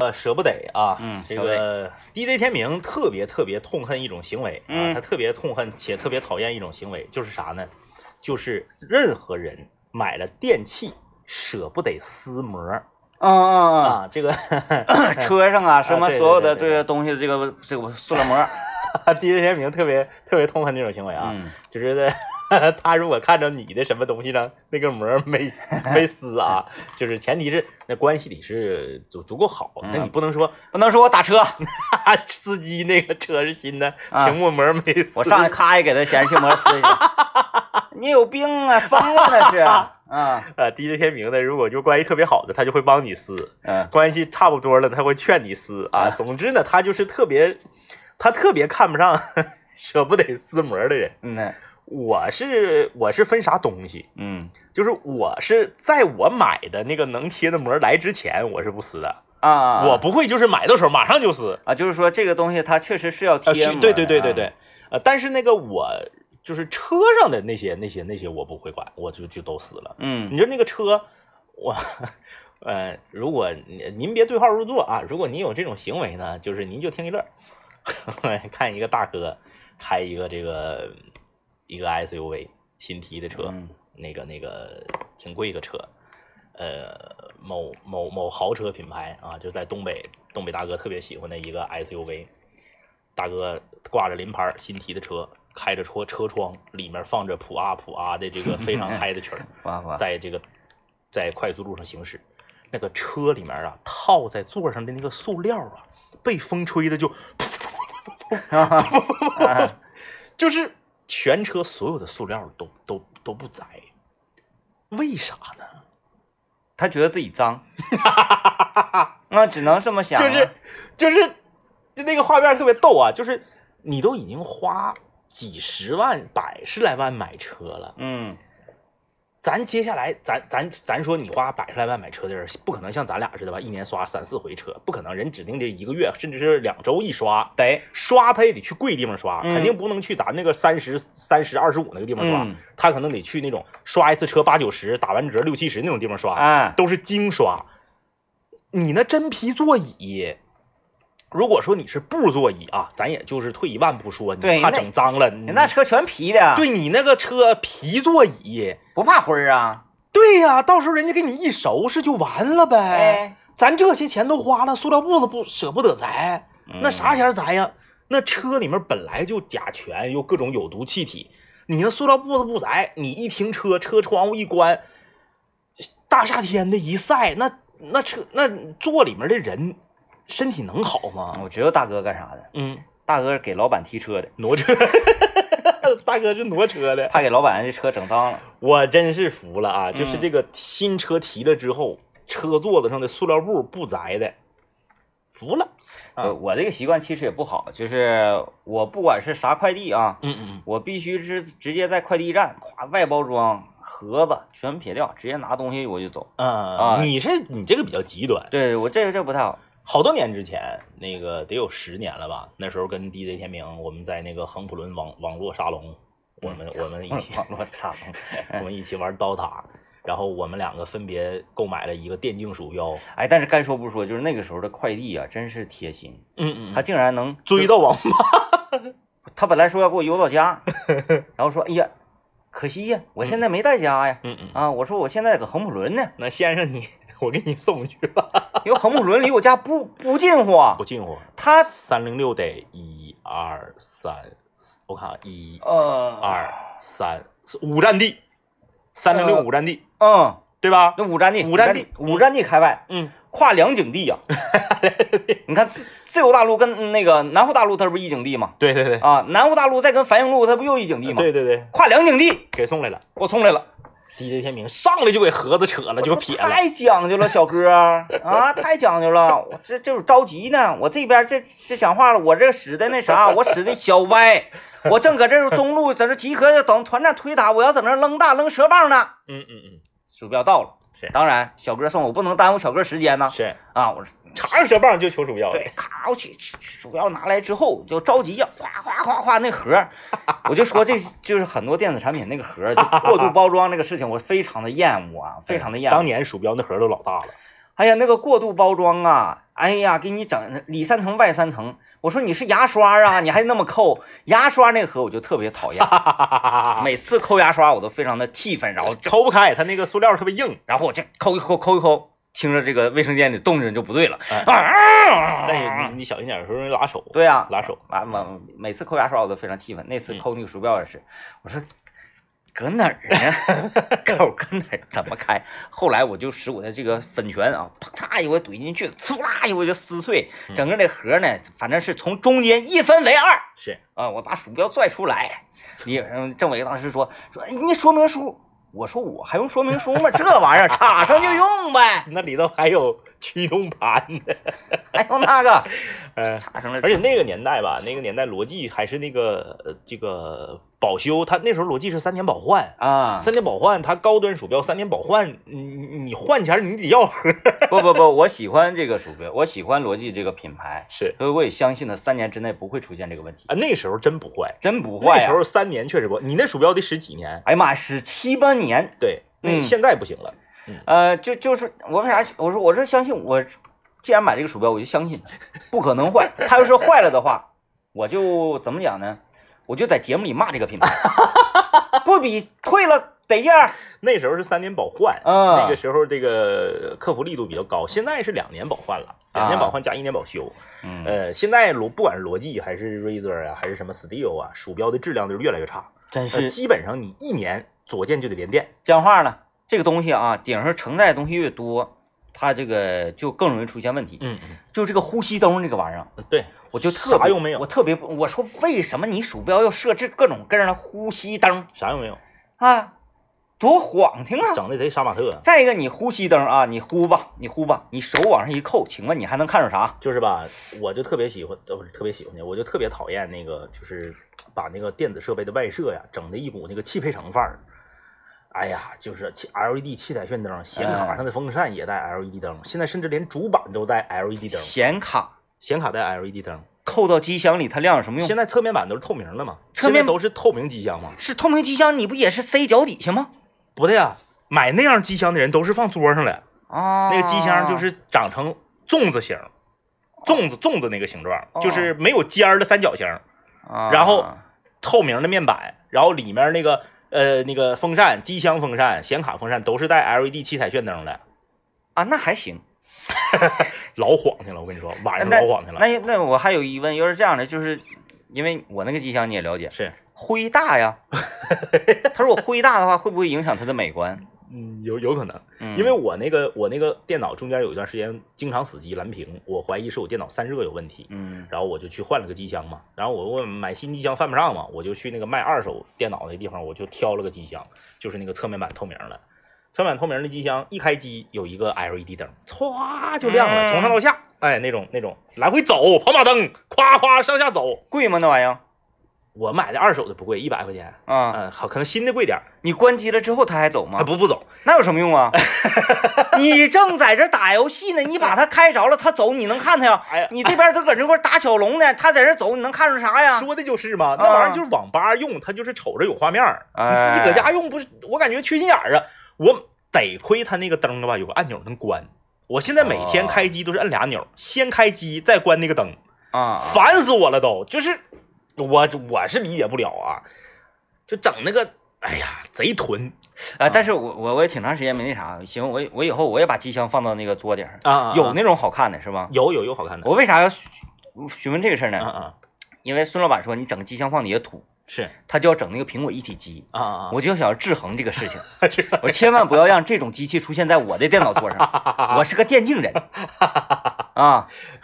[SPEAKER 2] 呃，舍不得啊，
[SPEAKER 1] 嗯
[SPEAKER 2] 这
[SPEAKER 1] 舍不得
[SPEAKER 2] 个 DJ 天明特别特别痛恨一种行为啊，
[SPEAKER 1] 嗯
[SPEAKER 2] 他特别痛恨且特别讨厌一种行为，就是啥呢？就是任何人买了电器舍不得撕膜儿
[SPEAKER 1] 嗯嗯
[SPEAKER 2] 啊，这个
[SPEAKER 1] 嗯， 车上啊，什么
[SPEAKER 2] 对对
[SPEAKER 1] 所有的
[SPEAKER 2] 对
[SPEAKER 1] 这
[SPEAKER 2] 对啊
[SPEAKER 1] 个东西，这个这个塑料 膜，
[SPEAKER 2] DJ 天明特别特别痛恨这种行为啊，
[SPEAKER 1] 嗯
[SPEAKER 2] 就是呢 他如果看着你的什么东西上那个膜儿 没没撕啊，就是前提是那关系里是足足够好，那
[SPEAKER 1] 嗯
[SPEAKER 2] 你不能说
[SPEAKER 1] 不能说我打车，
[SPEAKER 2] 司机那个车是新的，
[SPEAKER 1] 啊
[SPEAKER 2] 屏幕膜没撕。
[SPEAKER 1] 我上去咔一给他显示器膜撕一下。 你有病啊，疯了那是 啊，嗯
[SPEAKER 2] 呃，DJ 天明的，如果就关系特别好的，他就会帮你撕；
[SPEAKER 1] 嗯
[SPEAKER 2] 关系差不多了，他会劝你撕啊。
[SPEAKER 1] 啊
[SPEAKER 2] 总之呢，他就是特别，他特别看不上 舍不得撕膜的人。
[SPEAKER 1] 嗯那
[SPEAKER 2] 我是我是分啥东西，
[SPEAKER 1] 嗯
[SPEAKER 2] 就是我是在我买的那个能贴的膜来之前，我是不撕的。
[SPEAKER 1] 啊啊，
[SPEAKER 2] 我不会就是买到手马上就撕。
[SPEAKER 1] 啊，就是说这个东西它确实是要
[SPEAKER 2] 呃，
[SPEAKER 1] 贴膜
[SPEAKER 2] 是
[SPEAKER 1] 的啊，
[SPEAKER 2] 对对对对对，呃，但是那个我就是车上的那些那些那些我不会管，我就就都撕了。
[SPEAKER 1] 嗯
[SPEAKER 2] 你说那个车，我， 呃，如果您您别对号入座啊，如果您有这种行为呢，就是您就听一乐儿， 看一个大哥开一个这个一个 SUV 新提的车，
[SPEAKER 1] 嗯
[SPEAKER 2] 那个那个挺贵一个车，呃，某某某豪车品牌啊，就在东北，东北大哥特别喜欢的一个 SUV，大哥挂着临牌儿新提的车，开着车车窗里面放着 普啊普啊的这个非常嗨的曲儿，
[SPEAKER 1] 哇哇，
[SPEAKER 2] 在这个在快速路上行驶，那个车里面啊，套在座上的那个塑料啊，被风吹的就，
[SPEAKER 1] 啊
[SPEAKER 2] 就是全车所有的塑料都都都不摘，为啥呢？
[SPEAKER 1] 他觉得自己 脏，那只能这么想啊
[SPEAKER 2] 就
[SPEAKER 1] 了。
[SPEAKER 2] 是就是就那个画面特别逗啊，就是你都已经花几十万、百十来万买车了，
[SPEAKER 1] 嗯，
[SPEAKER 2] 咱接下来咱咱咱说你花百十来万买车的人，不可能像咱俩似的吧，一年刷三四回车，不可能，人指定这一个月甚至是两周一刷。
[SPEAKER 1] 得
[SPEAKER 2] 刷他也得去贵地方刷，
[SPEAKER 1] 嗯
[SPEAKER 2] 肯定不能去咱那个三十三十二十五那个地方刷，
[SPEAKER 1] 嗯
[SPEAKER 2] 他可能得去那种刷一次车八九十，打完折六七十那种地方刷。
[SPEAKER 1] 啊，
[SPEAKER 2] 都是精刷。你那真皮座椅，如果说你是布座椅啊，咱也就是退一万步说，
[SPEAKER 1] 对
[SPEAKER 2] 你怕
[SPEAKER 1] 那
[SPEAKER 2] 整脏了，你
[SPEAKER 1] 你那车全皮的，啊
[SPEAKER 2] 对你那个车皮座椅，
[SPEAKER 1] 不怕灰儿啊？
[SPEAKER 2] 对呀、到时候人家给你一收拾就完了呗。
[SPEAKER 1] 哎，
[SPEAKER 2] 咱这些钱都花了，塑料布子不舍不得摘，那啥
[SPEAKER 1] 嗯
[SPEAKER 2] 钱儿摘呀？那车里面本来就甲醛，又各种有毒气体，你那塑料布子不摘，你一停车，车窗户一关，大夏天的一晒，那那车那座里面的人身体能好吗？
[SPEAKER 1] 哎我知道大哥干啥的，
[SPEAKER 2] 嗯，
[SPEAKER 1] 大哥是给老板提车的，
[SPEAKER 2] 挪车， 大哥是挪车的，
[SPEAKER 1] 怕给老板这车整脏了。
[SPEAKER 2] 我真是服了啊！就是
[SPEAKER 1] 嗯
[SPEAKER 2] 这个新车提了之后，车座子上的塑料布不摘的，服了。啊
[SPEAKER 1] 呃我我这个习惯其实也不好，就是我不管是啥快递啊，
[SPEAKER 2] 嗯嗯嗯。
[SPEAKER 1] 我必须是直接在快递站，咵外包装盒子全撇掉，直接拿东西我就走。
[SPEAKER 2] 啊
[SPEAKER 1] 啊
[SPEAKER 2] 你是你这个比较极端。
[SPEAKER 1] 对我这个这不太好。
[SPEAKER 2] 好多年之前，那个得有十年了吧？那时候跟 DJ 天明，我们在那个横普伦网网络沙龙，我们我们一起
[SPEAKER 1] 网络沙龙，
[SPEAKER 2] 我们一起玩刀塔，然后我们两个分别购买了一个电竞鼠标。
[SPEAKER 1] 哎，但是该说不说，就是那个时候的快递啊，真是贴心，
[SPEAKER 2] 嗯
[SPEAKER 1] 他
[SPEAKER 2] 还
[SPEAKER 1] 竟然能
[SPEAKER 2] 追到网吧。
[SPEAKER 1] 他本来说要给我邮到 家，然后说，哎呀，可惜呀，我现在没在家呀。
[SPEAKER 2] 嗯嗯。
[SPEAKER 1] 啊，我说我现在搁横浦轮呢，
[SPEAKER 2] 那先生你，我给你送去吧。
[SPEAKER 1] 因为横浦轮离我家不不近乎啊
[SPEAKER 2] 不。近乎，
[SPEAKER 1] 他
[SPEAKER 2] 三零六得一二三，我看啊一
[SPEAKER 1] 呃
[SPEAKER 2] 二三四五站地，三零六
[SPEAKER 1] 呃
[SPEAKER 2] 五站地，
[SPEAKER 1] 嗯，
[SPEAKER 2] 对吧？
[SPEAKER 1] 那五站地
[SPEAKER 2] 五站地
[SPEAKER 1] 五站地开外，
[SPEAKER 2] 嗯。
[SPEAKER 1] 跨两景 地呀、啊你看自自由大陆跟那个南湖大陆它不是一景地吗？
[SPEAKER 2] 对对对，
[SPEAKER 1] 啊，南湖大陆再跟繁荣路它不又一景地吗？，
[SPEAKER 2] 对对对，
[SPEAKER 1] 跨两景地，
[SPEAKER 2] 给送来了。
[SPEAKER 1] 我送来了。
[SPEAKER 2] DJ 天明上来就给盒子扯了，就撇了。
[SPEAKER 1] 太讲究了，小哥儿啊，太讲究了！我这这就是着急呢，我这边这这讲话了，我这使的那啥，我使的小歪，我正搁这儿中路在这集合，等团战推打，我要在那儿扔大扔蛇棒呢。
[SPEAKER 2] 嗯嗯
[SPEAKER 1] 鼠标到了
[SPEAKER 2] 是，
[SPEAKER 1] 当然小哥送我，不能耽误小哥时间
[SPEAKER 2] 嗯，
[SPEAKER 1] 呢。
[SPEAKER 2] 是
[SPEAKER 1] 啊，我说
[SPEAKER 2] 插上蛇棒就求鼠标了。
[SPEAKER 1] 对，咔，我去去鼠标拿来之后就着急呀，哗哗哗哗那盒 儿，我就说这就是很多电子产品那个盒儿就过度包装那个事情，我非常的厌恶啊，非常的厌恶。
[SPEAKER 2] 当年鼠标那盒都老大了。
[SPEAKER 1] 哎呀，那个过度包装啊，哎呀，给你整的里三层外三层。我说你是牙刷啊，你还那么扣牙刷那盒，我就特别讨 厌。
[SPEAKER 2] 哈哈哈哈 哈！
[SPEAKER 1] 每次抠牙刷，我都非常的气愤，然后
[SPEAKER 2] 抠不开，它那个塑料特别硬，
[SPEAKER 1] 然后我这抠一抠抠一抠，听着这个卫生间里动静就不对了。
[SPEAKER 2] 哎
[SPEAKER 1] 啊！
[SPEAKER 2] 但也哎你你小心点，有时候容易拉手。，
[SPEAKER 1] 对啊呀、
[SPEAKER 2] 拉手。
[SPEAKER 1] 完完每次抠牙刷我都非常气愤，那次
[SPEAKER 2] 嗯
[SPEAKER 1] 抠那个鼠标也是，我说搁哪儿啊？ 口搁哪儿？怎么开？后来我就使我的这个粉拳啊，啪嚓一回怼进去，呲啦一回就撕碎，
[SPEAKER 2] 嗯
[SPEAKER 1] 整个这盒呢，反正是从中间一分为二
[SPEAKER 2] 是
[SPEAKER 1] 啊！我把鼠标拽出来，李嗯政委当时说说哎你说明书，我说我还用说明书吗？这玩意儿插上就用呗，
[SPEAKER 2] 那里头还有驱动盘呢。
[SPEAKER 1] 还用哎那个
[SPEAKER 2] 嗯。
[SPEAKER 1] 插上了，
[SPEAKER 2] 而且那个年代吧，那个年代罗技还是那个呃这个保修，它那时候罗技是三年保换，
[SPEAKER 1] 啊，
[SPEAKER 2] 三年保换，它高端鼠标三年保换，你你你换前儿你得要 盒儿。
[SPEAKER 1] 不不不，我喜欢这个鼠标，我喜欢罗技这个品牌，
[SPEAKER 2] 是
[SPEAKER 1] 所以我也相信它三年之内不会出现这个问题，
[SPEAKER 2] 啊，那时候真不坏，
[SPEAKER 1] 真不坏啊
[SPEAKER 2] 那
[SPEAKER 1] 呀、
[SPEAKER 2] 时候三年确实不，你那鼠标得使几年？
[SPEAKER 1] 哎呀妈，是七八年，
[SPEAKER 2] 对，那
[SPEAKER 1] 嗯
[SPEAKER 2] 现在不行了。
[SPEAKER 1] 呃，就就是我为啥我说我是相信我，既然买这个鼠标，我就相信它不可能坏。它要是坏了的话，我就怎么讲呢？我就在节目里骂这个品 牌，不比退了得劲儿。
[SPEAKER 2] 那时候是三年保换，
[SPEAKER 1] 嗯
[SPEAKER 2] 那个时候这个客服力度比较高，现在是两年保换了，两年保换加一年保修。
[SPEAKER 1] 啊嗯，
[SPEAKER 2] 呃，现在罗不管是罗技还是 Razer 啊，还是什么 Steel 啊，鼠标的质量就是越来越差，
[SPEAKER 1] 真
[SPEAKER 2] 呃、
[SPEAKER 1] 是
[SPEAKER 2] 基本上你一年左键就得连电。
[SPEAKER 1] 讲话了，这个东西啊，顶上承载的东西越多，他这个就更容易出现问题。
[SPEAKER 2] 嗯嗯，
[SPEAKER 1] 就这个呼吸灯这个玩意儿，啊
[SPEAKER 2] 嗯对，
[SPEAKER 1] 我就特
[SPEAKER 2] 啥
[SPEAKER 1] 别
[SPEAKER 2] 用没有
[SPEAKER 1] 我特别不我说为什么你鼠标要设置各种各样的呼吸灯
[SPEAKER 2] 啥用没有，
[SPEAKER 1] 啊？多晃听啊！
[SPEAKER 2] 整的贼杀马特，
[SPEAKER 1] 再一个，你呼吸灯啊，你呼吧，你呼吧，你手往上一扣，请问你还能看着啥？
[SPEAKER 2] 就是吧，我就特别喜欢，呃，不是特别喜欢的，我就特别讨厌那个，就是把那个电子设备的外设呀，整的一股那个汽配城范儿。哎呀，就是气 LED 七彩炫灯，显
[SPEAKER 1] 哎
[SPEAKER 2] 卡上的风扇也带 LED 灯，现在甚至连主板都带 LED 灯，
[SPEAKER 1] 显卡
[SPEAKER 2] 显卡带 LED 灯。
[SPEAKER 1] 扣到机箱里，它亮有什么用
[SPEAKER 2] 现？在侧面板都是透明的嘛，
[SPEAKER 1] 侧面
[SPEAKER 2] 现在都是透明机箱嘛。
[SPEAKER 1] 是透明机箱，你不也是塞脚底下吗？
[SPEAKER 2] 不对啊，买那样机箱的人都是放桌上的，
[SPEAKER 1] 啊，
[SPEAKER 2] 那个机箱就是长成粽子形，粽子粽子那个形状，
[SPEAKER 1] 哦
[SPEAKER 2] 就是没有尖儿的三角形。
[SPEAKER 1] 啊，
[SPEAKER 2] 然后透明的面板，然后里面那个呃那个风扇、机箱风扇、显卡风扇都是带 LED 七彩炫灯的，
[SPEAKER 1] 啊，那还行。
[SPEAKER 2] 老晃去了。我跟你说，晚上
[SPEAKER 1] 那
[SPEAKER 2] 老晃去了。
[SPEAKER 1] 那那我还有疑问，要是这样的，就是因为我那个机箱你也了解，
[SPEAKER 2] 是，
[SPEAKER 1] 灰大 呀。他说我灰大的话，会不会影响它的美观？
[SPEAKER 2] 嗯，有有可能，
[SPEAKER 1] 嗯，
[SPEAKER 2] 因为我那个我那个电脑中间有一段时间经常死机蓝屏，我怀疑是我电脑散热有问题。
[SPEAKER 1] 嗯
[SPEAKER 2] 然后我就去换了个机箱嘛，然后我问买新机箱犯不上嘛，我就去那个卖二手电脑的地方，我就挑了个机箱，就是那个侧面板透明的，侧面板透明的机箱一开机有一个 LED 灯，歘就亮了，
[SPEAKER 1] 嗯
[SPEAKER 2] 从上到下，哎那种那种来回走跑马灯，夸夸上下走。
[SPEAKER 1] 贵吗那玩意儿？
[SPEAKER 2] 我买的二手的不贵，一百块钱，
[SPEAKER 1] 啊，
[SPEAKER 2] 嗯，好，可能新的贵点儿，
[SPEAKER 1] 你关机了之后它还走吗？
[SPEAKER 2] 啊不不走，
[SPEAKER 1] 那有什么用 啊？你正在这打游戏呢，你把它开着了，它走你能看它呀？
[SPEAKER 2] 哎呀，
[SPEAKER 1] 你这边都搁这块打小龙呢，它在这走，你能看着啥呀？
[SPEAKER 2] 说的就是嘛，那玩意儿就是网吧用，它就是瞅着有画面儿，你自己搁家用不是？我感觉缺心眼儿啊！我得亏它那个灯吧有个按钮能关，我现在每天开机都是按俩钮儿，先开机再关那个灯，
[SPEAKER 1] 啊，
[SPEAKER 2] 烦死我了都！就是我我是理解不了啊，就整那个，哎呀，贼囤
[SPEAKER 1] 啊！但是我我我也挺长时间没那啥，行，我我以后我也把机箱放到那个桌顶上，
[SPEAKER 2] 啊有
[SPEAKER 1] 有
[SPEAKER 2] 那
[SPEAKER 1] 那种好看的是吧？
[SPEAKER 2] 有有有好看的，
[SPEAKER 1] 我为啥要询询问这个事儿
[SPEAKER 2] 嗯
[SPEAKER 1] 呢？
[SPEAKER 2] 嗯
[SPEAKER 1] 因为孙老板说你整个机箱放底下土，
[SPEAKER 2] 是
[SPEAKER 1] 他就要整那个苹果一体机，
[SPEAKER 2] 啊啊，
[SPEAKER 1] 我就想要制衡这个事情，
[SPEAKER 2] 我知道，
[SPEAKER 1] 我千万不要让这种机器出现在我的电脑桌上，我是个电竞人啊，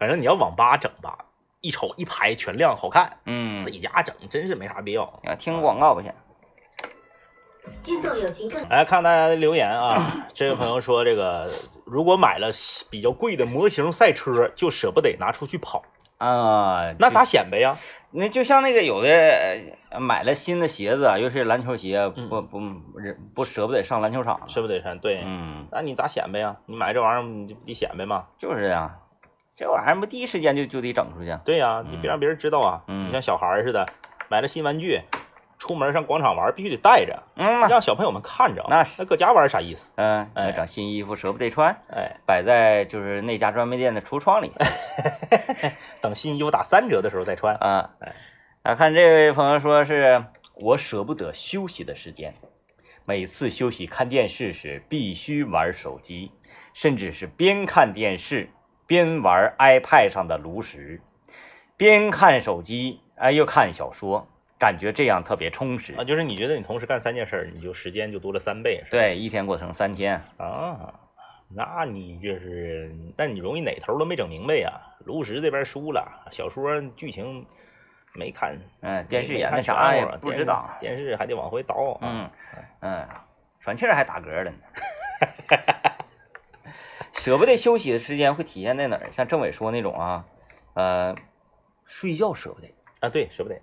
[SPEAKER 2] 反正你要网吧整吧，一瞅一排全亮好看，
[SPEAKER 1] 嗯
[SPEAKER 2] 自己家整真是没啥必要。
[SPEAKER 1] 啊，听个广告吧先。
[SPEAKER 3] 运动有极个
[SPEAKER 2] 来看大家的留言啊，这位朋友说，这个如果买了比较贵的模型赛车，就舍不得拿出去跑，
[SPEAKER 1] 啊，
[SPEAKER 2] 那
[SPEAKER 1] 就
[SPEAKER 2] 咋显摆呀？
[SPEAKER 1] 那就像那个有的呃买了新的鞋子啊，尤其是篮球鞋，
[SPEAKER 2] 嗯
[SPEAKER 1] 不不人不舍不得上篮球场了，
[SPEAKER 2] 舍不得穿，对，
[SPEAKER 1] 嗯，
[SPEAKER 2] 那你咋显摆呀？你买这玩意儿你就不得显摆吗？
[SPEAKER 1] 就是呀，这玩意儿不第一时间就就得整出去，啊
[SPEAKER 2] 对呀，你别让别人知道啊。
[SPEAKER 1] 嗯
[SPEAKER 2] 你像小孩儿似的，买了新玩具，出门上广场玩必须得带着，
[SPEAKER 1] 嗯呐，
[SPEAKER 2] 让小朋友们看着啊。
[SPEAKER 1] 那是
[SPEAKER 2] 那搁家玩啥意思？
[SPEAKER 1] 嗯，
[SPEAKER 2] 哎
[SPEAKER 1] 整新衣服舍不得穿，
[SPEAKER 2] 哎，
[SPEAKER 1] 摆在就是那家专卖店的橱窗里
[SPEAKER 2] 等新衣服打三折的时候再穿。
[SPEAKER 1] 啊
[SPEAKER 2] 哎。
[SPEAKER 1] 啊，看这位朋友说是我舍不得休息的时间，每次休息看电视时必须玩手机，甚至是边看电视边玩 iPad 上的炉石，边看手机哎又看小说，感觉这样特别充实
[SPEAKER 2] 啊，。就是你觉得你同时干三件事儿，你就时间就多了三倍，是吧？
[SPEAKER 1] 对，一天过成三天，
[SPEAKER 2] 啊，那你就是，那你容易哪头都没整明白呀、炉石这边输了，小说剧情没看，
[SPEAKER 1] 嗯，电视
[SPEAKER 2] 没
[SPEAKER 1] 演
[SPEAKER 2] 看
[SPEAKER 1] 的
[SPEAKER 2] 全
[SPEAKER 1] 啥
[SPEAKER 2] 乎
[SPEAKER 1] 也
[SPEAKER 2] 啊
[SPEAKER 1] 不
[SPEAKER 2] 电
[SPEAKER 1] 知
[SPEAKER 2] 视
[SPEAKER 1] 道，
[SPEAKER 2] 电视还得往回倒啊。
[SPEAKER 1] 嗯嗯，喘气儿还打嗝了呢。舍不得休息的时间会体现在哪儿？像政委说那种啊，呃，睡觉舍不得。
[SPEAKER 2] 啊，对，舍不得。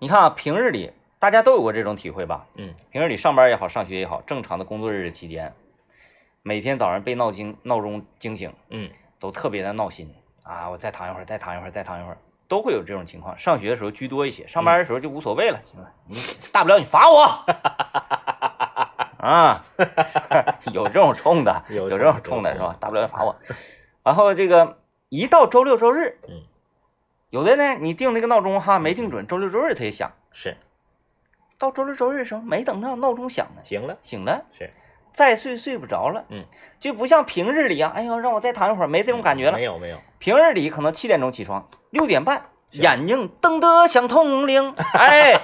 [SPEAKER 1] 你看啊，平日里大家都有过这种体会吧？
[SPEAKER 2] 嗯，
[SPEAKER 1] 平日里上班也好，上学也好，正常的工作日期间，每天早上被闹惊闹钟惊醒，
[SPEAKER 2] 嗯，
[SPEAKER 1] 都特别的闹心啊！我再躺一会儿，再躺一会儿，再躺一会儿，都会有这种情况。上学的时候居多一些，上班的时候就无所谓了，行了，你大不了你罚我。啊， 有这种冲的，
[SPEAKER 2] 有
[SPEAKER 1] 这
[SPEAKER 2] 冲
[SPEAKER 1] 种
[SPEAKER 2] 的
[SPEAKER 1] 冲的是
[SPEAKER 2] 有
[SPEAKER 1] 吧？大不了你罚我。然后这个一到周六周日，
[SPEAKER 2] 嗯，
[SPEAKER 1] 有的呢，你定那个闹钟哈没定准，周六周日它也响。
[SPEAKER 2] 是，
[SPEAKER 1] 到周六周日的时候，没等到闹钟响呢，
[SPEAKER 2] 行了，
[SPEAKER 1] 醒了，
[SPEAKER 2] 是
[SPEAKER 1] 再睡睡不着了，
[SPEAKER 2] 嗯，
[SPEAKER 1] 就不像平日里啊，哎呦，让我再躺一会儿，没这
[SPEAKER 2] 这
[SPEAKER 1] 种感觉了
[SPEAKER 2] 没。有没有，
[SPEAKER 1] 平日里可能七点钟起床，六点半眼睛瞪得像铜铃，哎，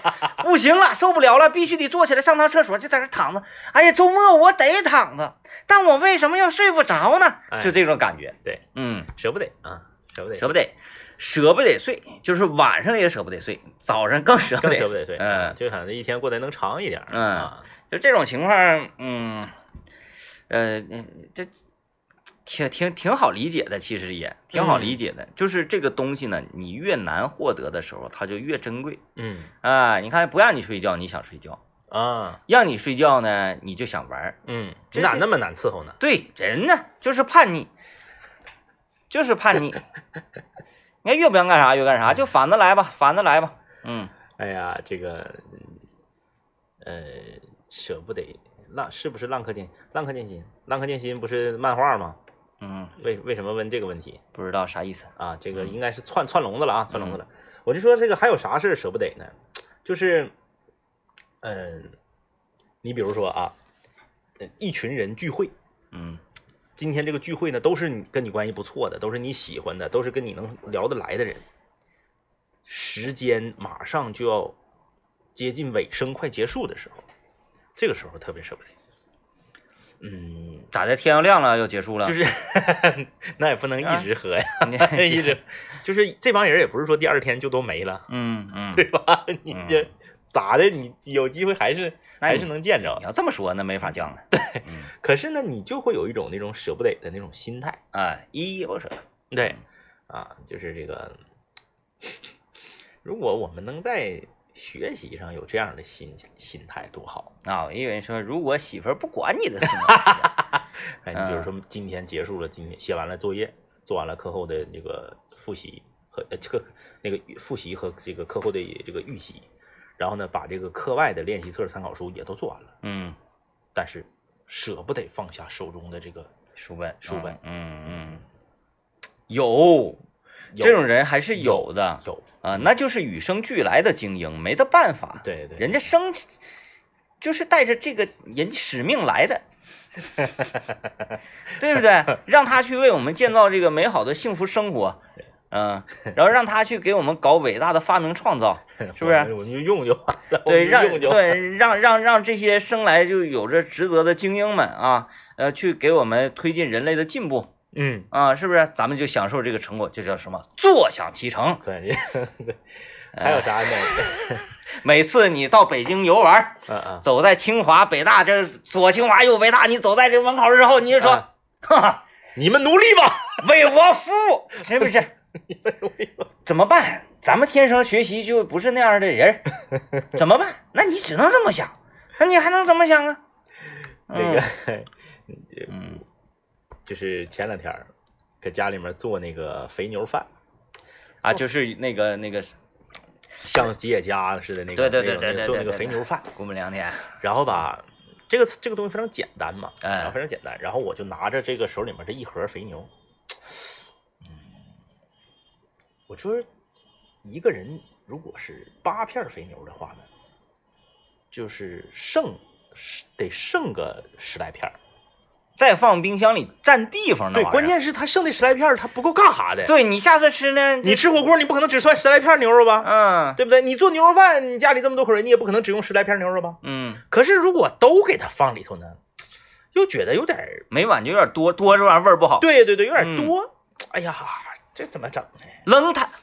[SPEAKER 1] 不行了，受不了了，必须得坐起来上趟厕所，就在这躺着。哎呀，周末我得躺着，但我为什么要睡不着呢？
[SPEAKER 2] 哎
[SPEAKER 1] 就这种感觉。
[SPEAKER 2] 对，
[SPEAKER 1] 嗯，
[SPEAKER 2] 舍不得啊，舍不得，
[SPEAKER 1] 舍不得，舍不得睡，就是晚上也舍不得睡，早上更舍不
[SPEAKER 2] 更
[SPEAKER 1] 得
[SPEAKER 2] 舍 不得睡，
[SPEAKER 1] 嗯，
[SPEAKER 2] 就想着一天过得能长一点儿，
[SPEAKER 1] 嗯
[SPEAKER 2] 啊，
[SPEAKER 1] 就这种情况，嗯，呃，嗯这挺挺挺好理解的，其实也挺好
[SPEAKER 2] 嗯
[SPEAKER 1] 理解的。就是这个东西呢，你越难获得的时候，它就越珍贵
[SPEAKER 2] 嗯
[SPEAKER 1] 啊。你看，不让你睡觉，你想睡觉；
[SPEAKER 2] 啊，
[SPEAKER 1] 让你睡觉呢，你就想玩儿。
[SPEAKER 2] 嗯，
[SPEAKER 1] 这
[SPEAKER 2] 你咋
[SPEAKER 1] 这
[SPEAKER 2] 那么难伺候呢？
[SPEAKER 1] 对，人呢就是叛逆，就是叛逆。你看越不想干啥越干啥，就反着来吧，反着来吧。嗯，
[SPEAKER 2] 哎呀，这个，呃，舍不得，浪是不是浪客剑浪客剑心？浪客剑心不是漫画吗？
[SPEAKER 1] 嗯，
[SPEAKER 2] 为为什么问这个问题
[SPEAKER 1] 不知道啥意思。
[SPEAKER 2] 啊？这个
[SPEAKER 1] 嗯
[SPEAKER 2] 应该是串串笼子了啊，串笼子了。我就说这个还有啥事儿舍不得呢？就是，嗯、你比如说啊，呃一群人聚会，
[SPEAKER 1] 嗯
[SPEAKER 2] 今天这个聚会呢，都是你跟你关系不错的，都是你喜欢的，都是跟你能聊得来的人。时间马上就要接近尾声，快结束的时候，这个时候特别舍不得。嗯，
[SPEAKER 1] 咋的？天要亮了，又结束了？
[SPEAKER 2] 就是 那也不能一直喝呀，
[SPEAKER 1] 你
[SPEAKER 2] 一直就是这帮人也不是说第二天就都没了，
[SPEAKER 1] 嗯嗯，
[SPEAKER 2] 对吧？ 你这、
[SPEAKER 1] 嗯
[SPEAKER 2] 咋的？你有机会还是
[SPEAKER 1] 那你
[SPEAKER 2] 还是能见着
[SPEAKER 1] 你，要这么说，那没法犟了。嗯，
[SPEAKER 2] 可是呢，你就会有一种那种舍不得的那种心态。
[SPEAKER 1] 哎，依依不舍。
[SPEAKER 2] 对，
[SPEAKER 1] 嗯
[SPEAKER 2] 啊，就是这个， 如果我们能在学习上有这样的心心态，多好！
[SPEAKER 1] 啊，我以为说如果媳妇儿不管你的事情，
[SPEAKER 2] 哎，你比
[SPEAKER 1] 嗯
[SPEAKER 2] 如说今天结束了，今天写完了作业，做完了课后的这个复习和呃这个那个复习和这个课后的这个预习，然后呢，把这个课外的练习册、参考书也都做完了，
[SPEAKER 1] 嗯，
[SPEAKER 2] 但是舍不得放下手中的这个
[SPEAKER 1] 书本，
[SPEAKER 2] 书本
[SPEAKER 1] 嗯嗯，有
[SPEAKER 2] 有
[SPEAKER 1] 这种人还是有的
[SPEAKER 2] 有，
[SPEAKER 1] 啊，那就是与生俱来的精英，没得办法。，
[SPEAKER 2] 对对，
[SPEAKER 1] 人家生就是带着这个人使命来 的。对不对？让他去为我们建造这个美好的幸福生活，嗯，然后让他去给我们搞伟大的发明创造，是不是
[SPEAKER 2] 我 们我们就用就完了，我
[SPEAKER 1] 对，
[SPEAKER 2] 们就
[SPEAKER 1] 让
[SPEAKER 2] 用就完了
[SPEAKER 1] 对让让让这些生来就有着职责的精英们啊，呃，去给我们推进人类的进步
[SPEAKER 2] 嗯。
[SPEAKER 1] 啊，是不是？咱们就享受这个成果，就叫什么坐享其成。
[SPEAKER 2] 对， 对，还
[SPEAKER 1] 哎
[SPEAKER 2] 有 啥呢？
[SPEAKER 1] 每次你到北京游玩，
[SPEAKER 2] 嗯 嗯，
[SPEAKER 1] 走在清华、北大这左清华右北大，你走在这门口之后，你就说
[SPEAKER 2] 啊，
[SPEAKER 1] 哈哈，
[SPEAKER 2] 你们努力吧。
[SPEAKER 1] 为我服务，是不 是？怎么办？咱们天生学习就不是那样的人儿， 怎么办？那你只能这么想，那你还能怎么想啊？
[SPEAKER 2] 那个
[SPEAKER 1] 嗯，嗯
[SPEAKER 2] 就是前两天儿搁家里面做那个肥牛饭，哦
[SPEAKER 1] 啊，就是那个那个
[SPEAKER 2] 像吉野家似的那个，
[SPEAKER 1] 对对对
[SPEAKER 2] 那种
[SPEAKER 1] 对对
[SPEAKER 2] 做那
[SPEAKER 1] 对
[SPEAKER 2] 个
[SPEAKER 1] 对
[SPEAKER 2] 肥
[SPEAKER 1] 对
[SPEAKER 2] 牛饭，
[SPEAKER 1] 过不两天，
[SPEAKER 2] 然后吧，这个这个东西非常简单嘛，
[SPEAKER 1] 哎
[SPEAKER 2] 然后非常简单，然后我就拿着这个手里面这一盒肥牛，嗯，我说一个人如果是八片肥牛的话呢，就是剩是得剩个十来片儿。
[SPEAKER 1] 再放冰箱里占地方呢。
[SPEAKER 2] 对，关键是它剩那十来片儿它不够干啥的。，
[SPEAKER 1] 对你下次吃呢，
[SPEAKER 2] 你吃火锅你不可能只涮十来片儿牛肉吧，
[SPEAKER 1] 嗯
[SPEAKER 2] 对不对？你做牛肉饭，你家里这么多口人，你也不可能只用十来片儿牛肉吧。
[SPEAKER 1] 嗯，
[SPEAKER 2] 可是如果都给它放里头呢，又觉得有点儿
[SPEAKER 1] 每碗就有点多，多这玩意儿味儿不好，
[SPEAKER 2] 对对对，有
[SPEAKER 1] 嗯
[SPEAKER 2] 点多。哎呀，这怎么整呢？
[SPEAKER 1] 扔它。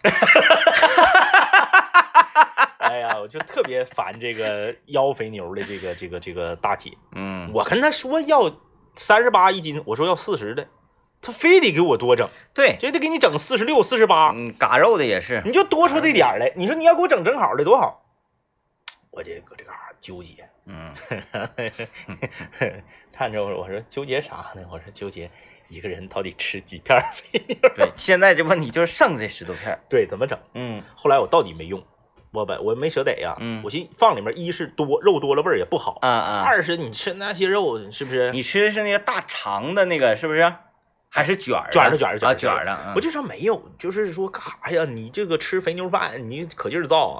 [SPEAKER 2] 哎呀，我就特别烦这个腰肥牛的这个这个这个大姐。
[SPEAKER 1] 嗯，
[SPEAKER 2] 我跟她说要三十八一斤，我说要四十的，她非得给我多整，
[SPEAKER 1] 对，
[SPEAKER 2] 这得给你整四十六、四十八，
[SPEAKER 1] 嗯，嘎肉的也是
[SPEAKER 2] 你，就多出这点儿来。你说你要给我整正好的多好，我这搁这嘎达纠结。
[SPEAKER 1] 嗯，
[SPEAKER 2] 看着我，我说纠结啥呢？我说纠结一个人到底吃几片儿肥 牛？
[SPEAKER 1] 对，现在这问题就是剩这十多片儿，
[SPEAKER 2] 对，怎么整？
[SPEAKER 1] 嗯
[SPEAKER 2] 后来我到底没用，我把我没舍得呀、
[SPEAKER 1] 嗯
[SPEAKER 2] 我寻思放里面一是多肉多了味儿也不好，
[SPEAKER 1] 啊啊，
[SPEAKER 2] 二是你吃那些肉是不是？
[SPEAKER 1] 你吃的是那个大肠的那个是不是？还是卷儿
[SPEAKER 2] 卷儿的卷儿的
[SPEAKER 1] 啊
[SPEAKER 2] 卷
[SPEAKER 1] 卷
[SPEAKER 2] 儿
[SPEAKER 1] 儿的，嗯
[SPEAKER 2] 我就说没有，就是说干啥呀？你这个吃肥牛饭，你可劲儿造，啊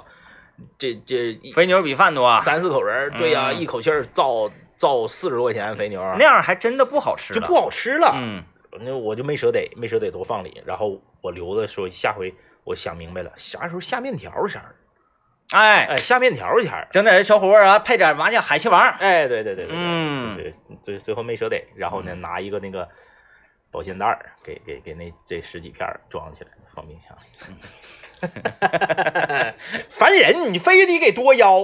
[SPEAKER 2] 这这一
[SPEAKER 1] 肥牛比饭多啊，
[SPEAKER 2] 三四口人儿，对呀、
[SPEAKER 1] 嗯
[SPEAKER 2] 一口气儿造造四十多块钱肥牛，
[SPEAKER 1] 那样还真的不好吃
[SPEAKER 2] 就
[SPEAKER 1] 了，
[SPEAKER 2] 不好吃了。
[SPEAKER 1] 嗯
[SPEAKER 2] 那我就没舍得，没舍得多放里，然后我留着说下回我想明白了，啥时候下面条前儿？
[SPEAKER 1] 哎，
[SPEAKER 2] 哎，下面条前儿。
[SPEAKER 1] 整点小火锅啊，配点麻酱海气王，
[SPEAKER 2] 哎，对对对对对，
[SPEAKER 1] 嗯
[SPEAKER 2] 对，最最后没舍得，然后呢，拿一个那个保鲜袋儿给给给那这十几片儿装起来，放冰箱里。 烦人，你非得给多要，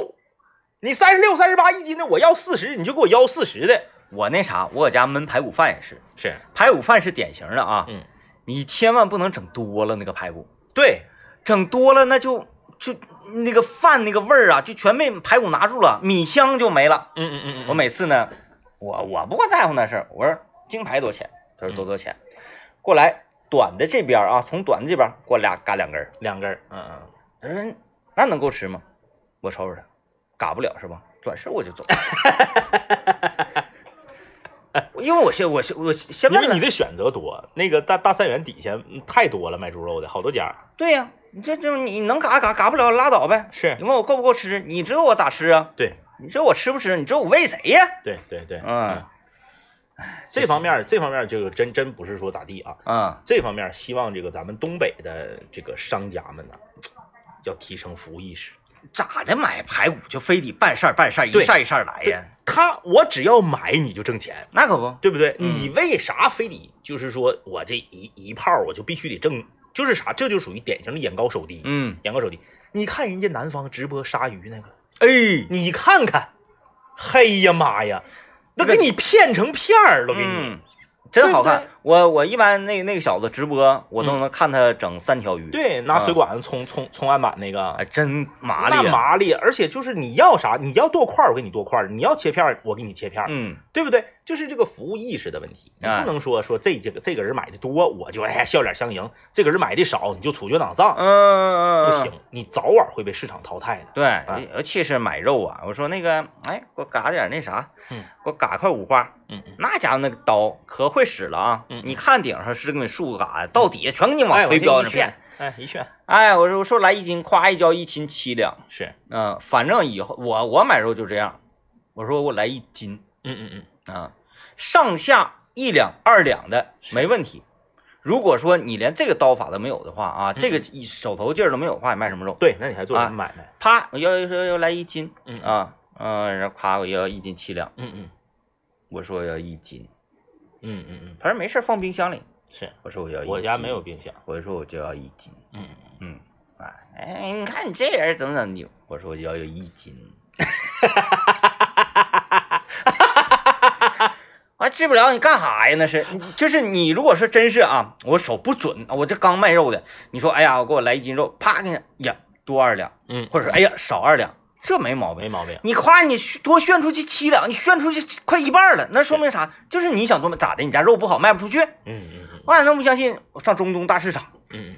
[SPEAKER 2] 你三十六、三十八一斤的，我要四十，你就给我要四十的，
[SPEAKER 1] 我那啥，我搁家焖排骨饭也是，
[SPEAKER 2] 是，
[SPEAKER 1] 排骨饭是典型的啊，
[SPEAKER 2] 嗯，
[SPEAKER 1] 你千万不能整多了那个排骨，
[SPEAKER 2] 对，
[SPEAKER 1] 整多了那就就那个饭那个味儿啊，就全被排骨拿住了，米香就没了。
[SPEAKER 2] 嗯嗯嗯
[SPEAKER 1] 我每次呢，我我不过在乎那事儿，我说京排多少钱？他
[SPEAKER 2] 嗯
[SPEAKER 1] 说多多少钱？过来短的这边啊，从短的这边给我俩嘎两根儿。
[SPEAKER 2] 两根儿，嗯嗯，
[SPEAKER 1] 他说那能够吃吗？我瞅瞅他，嘎不了是吧？转身我就走。 因为我先我先我先
[SPEAKER 2] 因
[SPEAKER 1] 问
[SPEAKER 2] 为
[SPEAKER 1] 了
[SPEAKER 2] 你，的选择多，那个大大三元底下嗯太多了，卖猪肉的好多家，
[SPEAKER 1] 对呀、你这这你能嘎嘎嘎不了拉倒呗。
[SPEAKER 2] 是
[SPEAKER 1] 你问我够不够吃？你知道我咋吃啊？
[SPEAKER 2] 对
[SPEAKER 1] 你知道我吃不吃？你知道我喂谁呀？
[SPEAKER 2] 对对对，
[SPEAKER 1] 嗯，
[SPEAKER 2] 这方面儿这方面儿这个真真不是说咋地啊，
[SPEAKER 1] 啊，
[SPEAKER 2] 这方面儿希望这个咱们东北的这个商家们呢，要提升服务意识。
[SPEAKER 1] 咋的买排骨就非得半扇儿半扇儿一
[SPEAKER 2] 对
[SPEAKER 1] 扇儿一扇儿来
[SPEAKER 2] 对
[SPEAKER 1] 呀？
[SPEAKER 2] 他我只要买你就挣钱，
[SPEAKER 1] 那可不，
[SPEAKER 2] 对不对？
[SPEAKER 1] 嗯
[SPEAKER 2] 你为啥非得就是说我这一一炮我就必须得挣？就是啥，这就属于典型的眼高手低，
[SPEAKER 1] 嗯，
[SPEAKER 2] 眼高手低。你看人家南方直播杀鱼那个，
[SPEAKER 1] 哎，
[SPEAKER 2] 你看看，嘿呀妈呀，那给你骗成片儿都给你。
[SPEAKER 1] 嗯，真好
[SPEAKER 2] 对
[SPEAKER 1] 看
[SPEAKER 2] 不。
[SPEAKER 1] 我我一般那那个小子直播，我都能看他整三条鱼，，
[SPEAKER 2] 对，拿水管子冲冲冲案板那个，
[SPEAKER 1] 啊哎，真麻
[SPEAKER 2] 那
[SPEAKER 1] 利呀，
[SPEAKER 2] 麻啊利，而且就是你要啥，你要剁块儿，我给你剁块儿；你要切片儿，我给你切片儿，
[SPEAKER 1] 嗯，
[SPEAKER 2] 对不对？就是这个服务意识的问题，你
[SPEAKER 1] 哎
[SPEAKER 2] 不能说说这这个这个人买的多，我就哎笑脸相迎；这个人买的少，你就处决囊
[SPEAKER 1] 嗯
[SPEAKER 2] 丧，
[SPEAKER 1] 嗯，嗯
[SPEAKER 2] 不行，，啊你早晚会被市场淘汰的。
[SPEAKER 1] 对，尤其是买肉啊，我说那个，哎，给我嘎点那啥，
[SPEAKER 2] 嗯
[SPEAKER 1] 给我嘎块五花，
[SPEAKER 2] 嗯嗯，
[SPEAKER 1] 那家伙那个刀可会使了啊！
[SPEAKER 2] 嗯嗯
[SPEAKER 1] 你看顶上是给你竖个嘎，到底下全给你往
[SPEAKER 2] 哎，
[SPEAKER 1] 飞镖上
[SPEAKER 2] 变
[SPEAKER 1] 骗。，
[SPEAKER 2] 哎，一炫
[SPEAKER 1] 哎，我说我说来一斤，夸一交一斤七两。
[SPEAKER 2] 是，
[SPEAKER 1] 嗯、反正以后我我买肉就这样，我说我来一斤
[SPEAKER 2] 嗯嗯嗯，
[SPEAKER 1] 啊、上下一两二两的
[SPEAKER 2] 是
[SPEAKER 1] 没问题。如果说你连这个刀法都没有的话啊，这个一手头劲儿都没有的话，你卖什么肉？
[SPEAKER 2] 嗯对，那你还做什么买卖？
[SPEAKER 1] 啪，我要要要来一斤
[SPEAKER 2] 啊嗯，
[SPEAKER 1] 啊，嗯、然后夸我要一斤七两，
[SPEAKER 2] 嗯嗯
[SPEAKER 1] 我说我要一斤，
[SPEAKER 2] 嗯嗯嗯，
[SPEAKER 1] 他说没事儿放冰箱里，
[SPEAKER 2] 是
[SPEAKER 1] 我说我要一斤，
[SPEAKER 2] 我家没有冰箱。
[SPEAKER 1] 我就说我就要一斤，
[SPEAKER 2] 嗯，
[SPEAKER 1] 嗯，啊，哎，你看你这人怎么怎么地，我说我就要有一斤，我还治不了你干啥呀？那是，就是你如果说真是啊，我手不准，我这刚卖肉的，你说哎呀，我给我来一斤肉，啪给你呀多二两，
[SPEAKER 2] 嗯，
[SPEAKER 1] 或者说哎呀少二两，这没毛
[SPEAKER 2] 没
[SPEAKER 1] 病。
[SPEAKER 2] 毛病。
[SPEAKER 1] 你夸你多炫出去七两，你炫出去快一半了，那说明啥？就是你想多买咋的？你家肉不好卖不出去？
[SPEAKER 2] 嗯嗯嗯
[SPEAKER 1] 我咋能不相信？我上中东大市场。
[SPEAKER 2] 嗯嗯，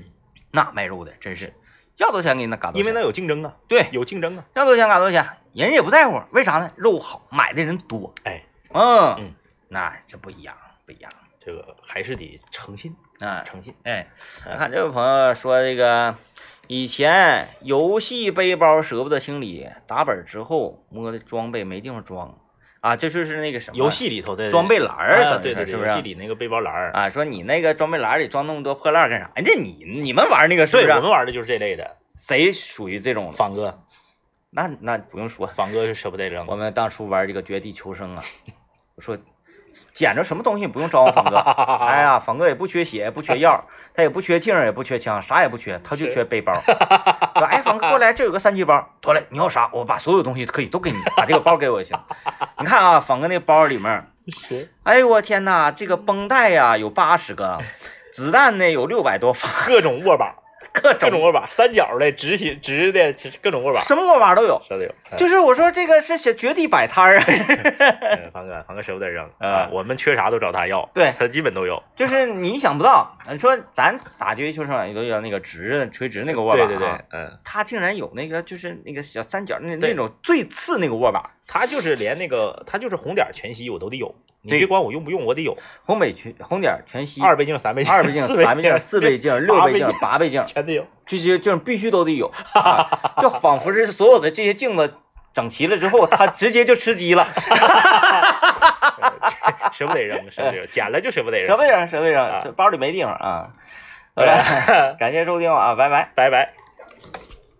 [SPEAKER 1] 那卖肉的真是要多少钱给你那嘎多少钱，
[SPEAKER 2] 因为那有竞争啊，
[SPEAKER 1] 对
[SPEAKER 2] 有竞争啊。
[SPEAKER 1] 要多少钱嘎多少钱，人家也不在乎，为啥呢？肉好，买的人多，
[SPEAKER 2] 哎，
[SPEAKER 1] 嗯，
[SPEAKER 2] 嗯
[SPEAKER 1] 那这不一样，不一样，
[SPEAKER 2] 这个还是得诚信，
[SPEAKER 1] 啊，
[SPEAKER 2] 诚信。
[SPEAKER 1] 哎，
[SPEAKER 2] 哎
[SPEAKER 1] 我看这位朋友说这个。以前游戏背包舍不得清理，打本之后摸的装备没地方装啊，这就是那个什么
[SPEAKER 2] 游戏里头的
[SPEAKER 1] 装备栏儿，
[SPEAKER 2] 啊，
[SPEAKER 1] 等于是
[SPEAKER 2] 对对对，
[SPEAKER 1] 是不
[SPEAKER 2] 游戏
[SPEAKER 1] 是？
[SPEAKER 2] 里那个背包栏儿，
[SPEAKER 1] 啊，说你那个装备栏里装那么多破烂儿干啥？哎，这你你们玩那个是不
[SPEAKER 2] 对
[SPEAKER 1] 是啊
[SPEAKER 2] 我？们玩的就是这类的。
[SPEAKER 1] 谁属于这种？
[SPEAKER 2] 方哥，
[SPEAKER 1] 那那不用说，
[SPEAKER 2] 方哥是舍不得扔
[SPEAKER 1] 我，们当初玩这个绝地求生啊，我说捡着什么东西不用招呼房哥， 哎呀，房哥也不缺血，也不缺药，他也不缺镜儿，也不缺枪，啥也不缺，他就缺背 包。说哎，房哥过来，这有个三级包，过来你要啥，我把所有东西可以都给你，把这个包给我 就行。你看啊，房哥那包里面，
[SPEAKER 2] 是
[SPEAKER 1] 哎呦我天哪，这个绷带呀、有八十个，子弹呢有六百多发，
[SPEAKER 2] 各种握把，
[SPEAKER 1] 各
[SPEAKER 2] 各种
[SPEAKER 1] 种
[SPEAKER 2] 握把，三角的、直形、直的，其实各种握把，
[SPEAKER 1] 什么魔法嗯都有。
[SPEAKER 2] 舍得有。
[SPEAKER 1] 就是是我说这个是写绝地摆摊 儿啊。
[SPEAKER 2] 方嗯哥，方哥舍不得扔
[SPEAKER 1] 啊
[SPEAKER 2] 我们缺啥都找他要，
[SPEAKER 1] 对
[SPEAKER 2] 他基本都有。
[SPEAKER 1] 就是你想不到，你说咱打绝地求生，你都有那个直的垂直那个握把、
[SPEAKER 2] 对
[SPEAKER 1] 啊，
[SPEAKER 2] 对对，，嗯，
[SPEAKER 1] 他竟然有那个就是那个小三角那
[SPEAKER 2] 对
[SPEAKER 1] 那种最次那个握把。
[SPEAKER 2] 他就是连那个，他就是红点儿全息我都得有，你
[SPEAKER 1] 对
[SPEAKER 2] 别管我用不用，我得有。
[SPEAKER 1] 红北全红点全息，
[SPEAKER 2] 二倍镜、三倍镜、
[SPEAKER 1] 二倍镜、
[SPEAKER 2] 四倍
[SPEAKER 1] 三倍镜、四倍 镜、六
[SPEAKER 2] 八
[SPEAKER 1] 倍
[SPEAKER 2] 倍
[SPEAKER 1] 镜
[SPEAKER 2] 镜、
[SPEAKER 1] 八倍 镜，
[SPEAKER 2] 全得有。
[SPEAKER 1] 这些镜必须都得 有，啊、就仿佛是所有的这些镜子整齐了之后，他直接就吃 鸡了，
[SPEAKER 2] 呃舍不得扔，舍不得扔，捡了就舍不得扔。
[SPEAKER 1] 舍不得扔，舍不得
[SPEAKER 2] 啊
[SPEAKER 1] 扔，这包里没地方啊。
[SPEAKER 2] 拜拜，感谢收听啊，拜拜。
[SPEAKER 1] 拜拜。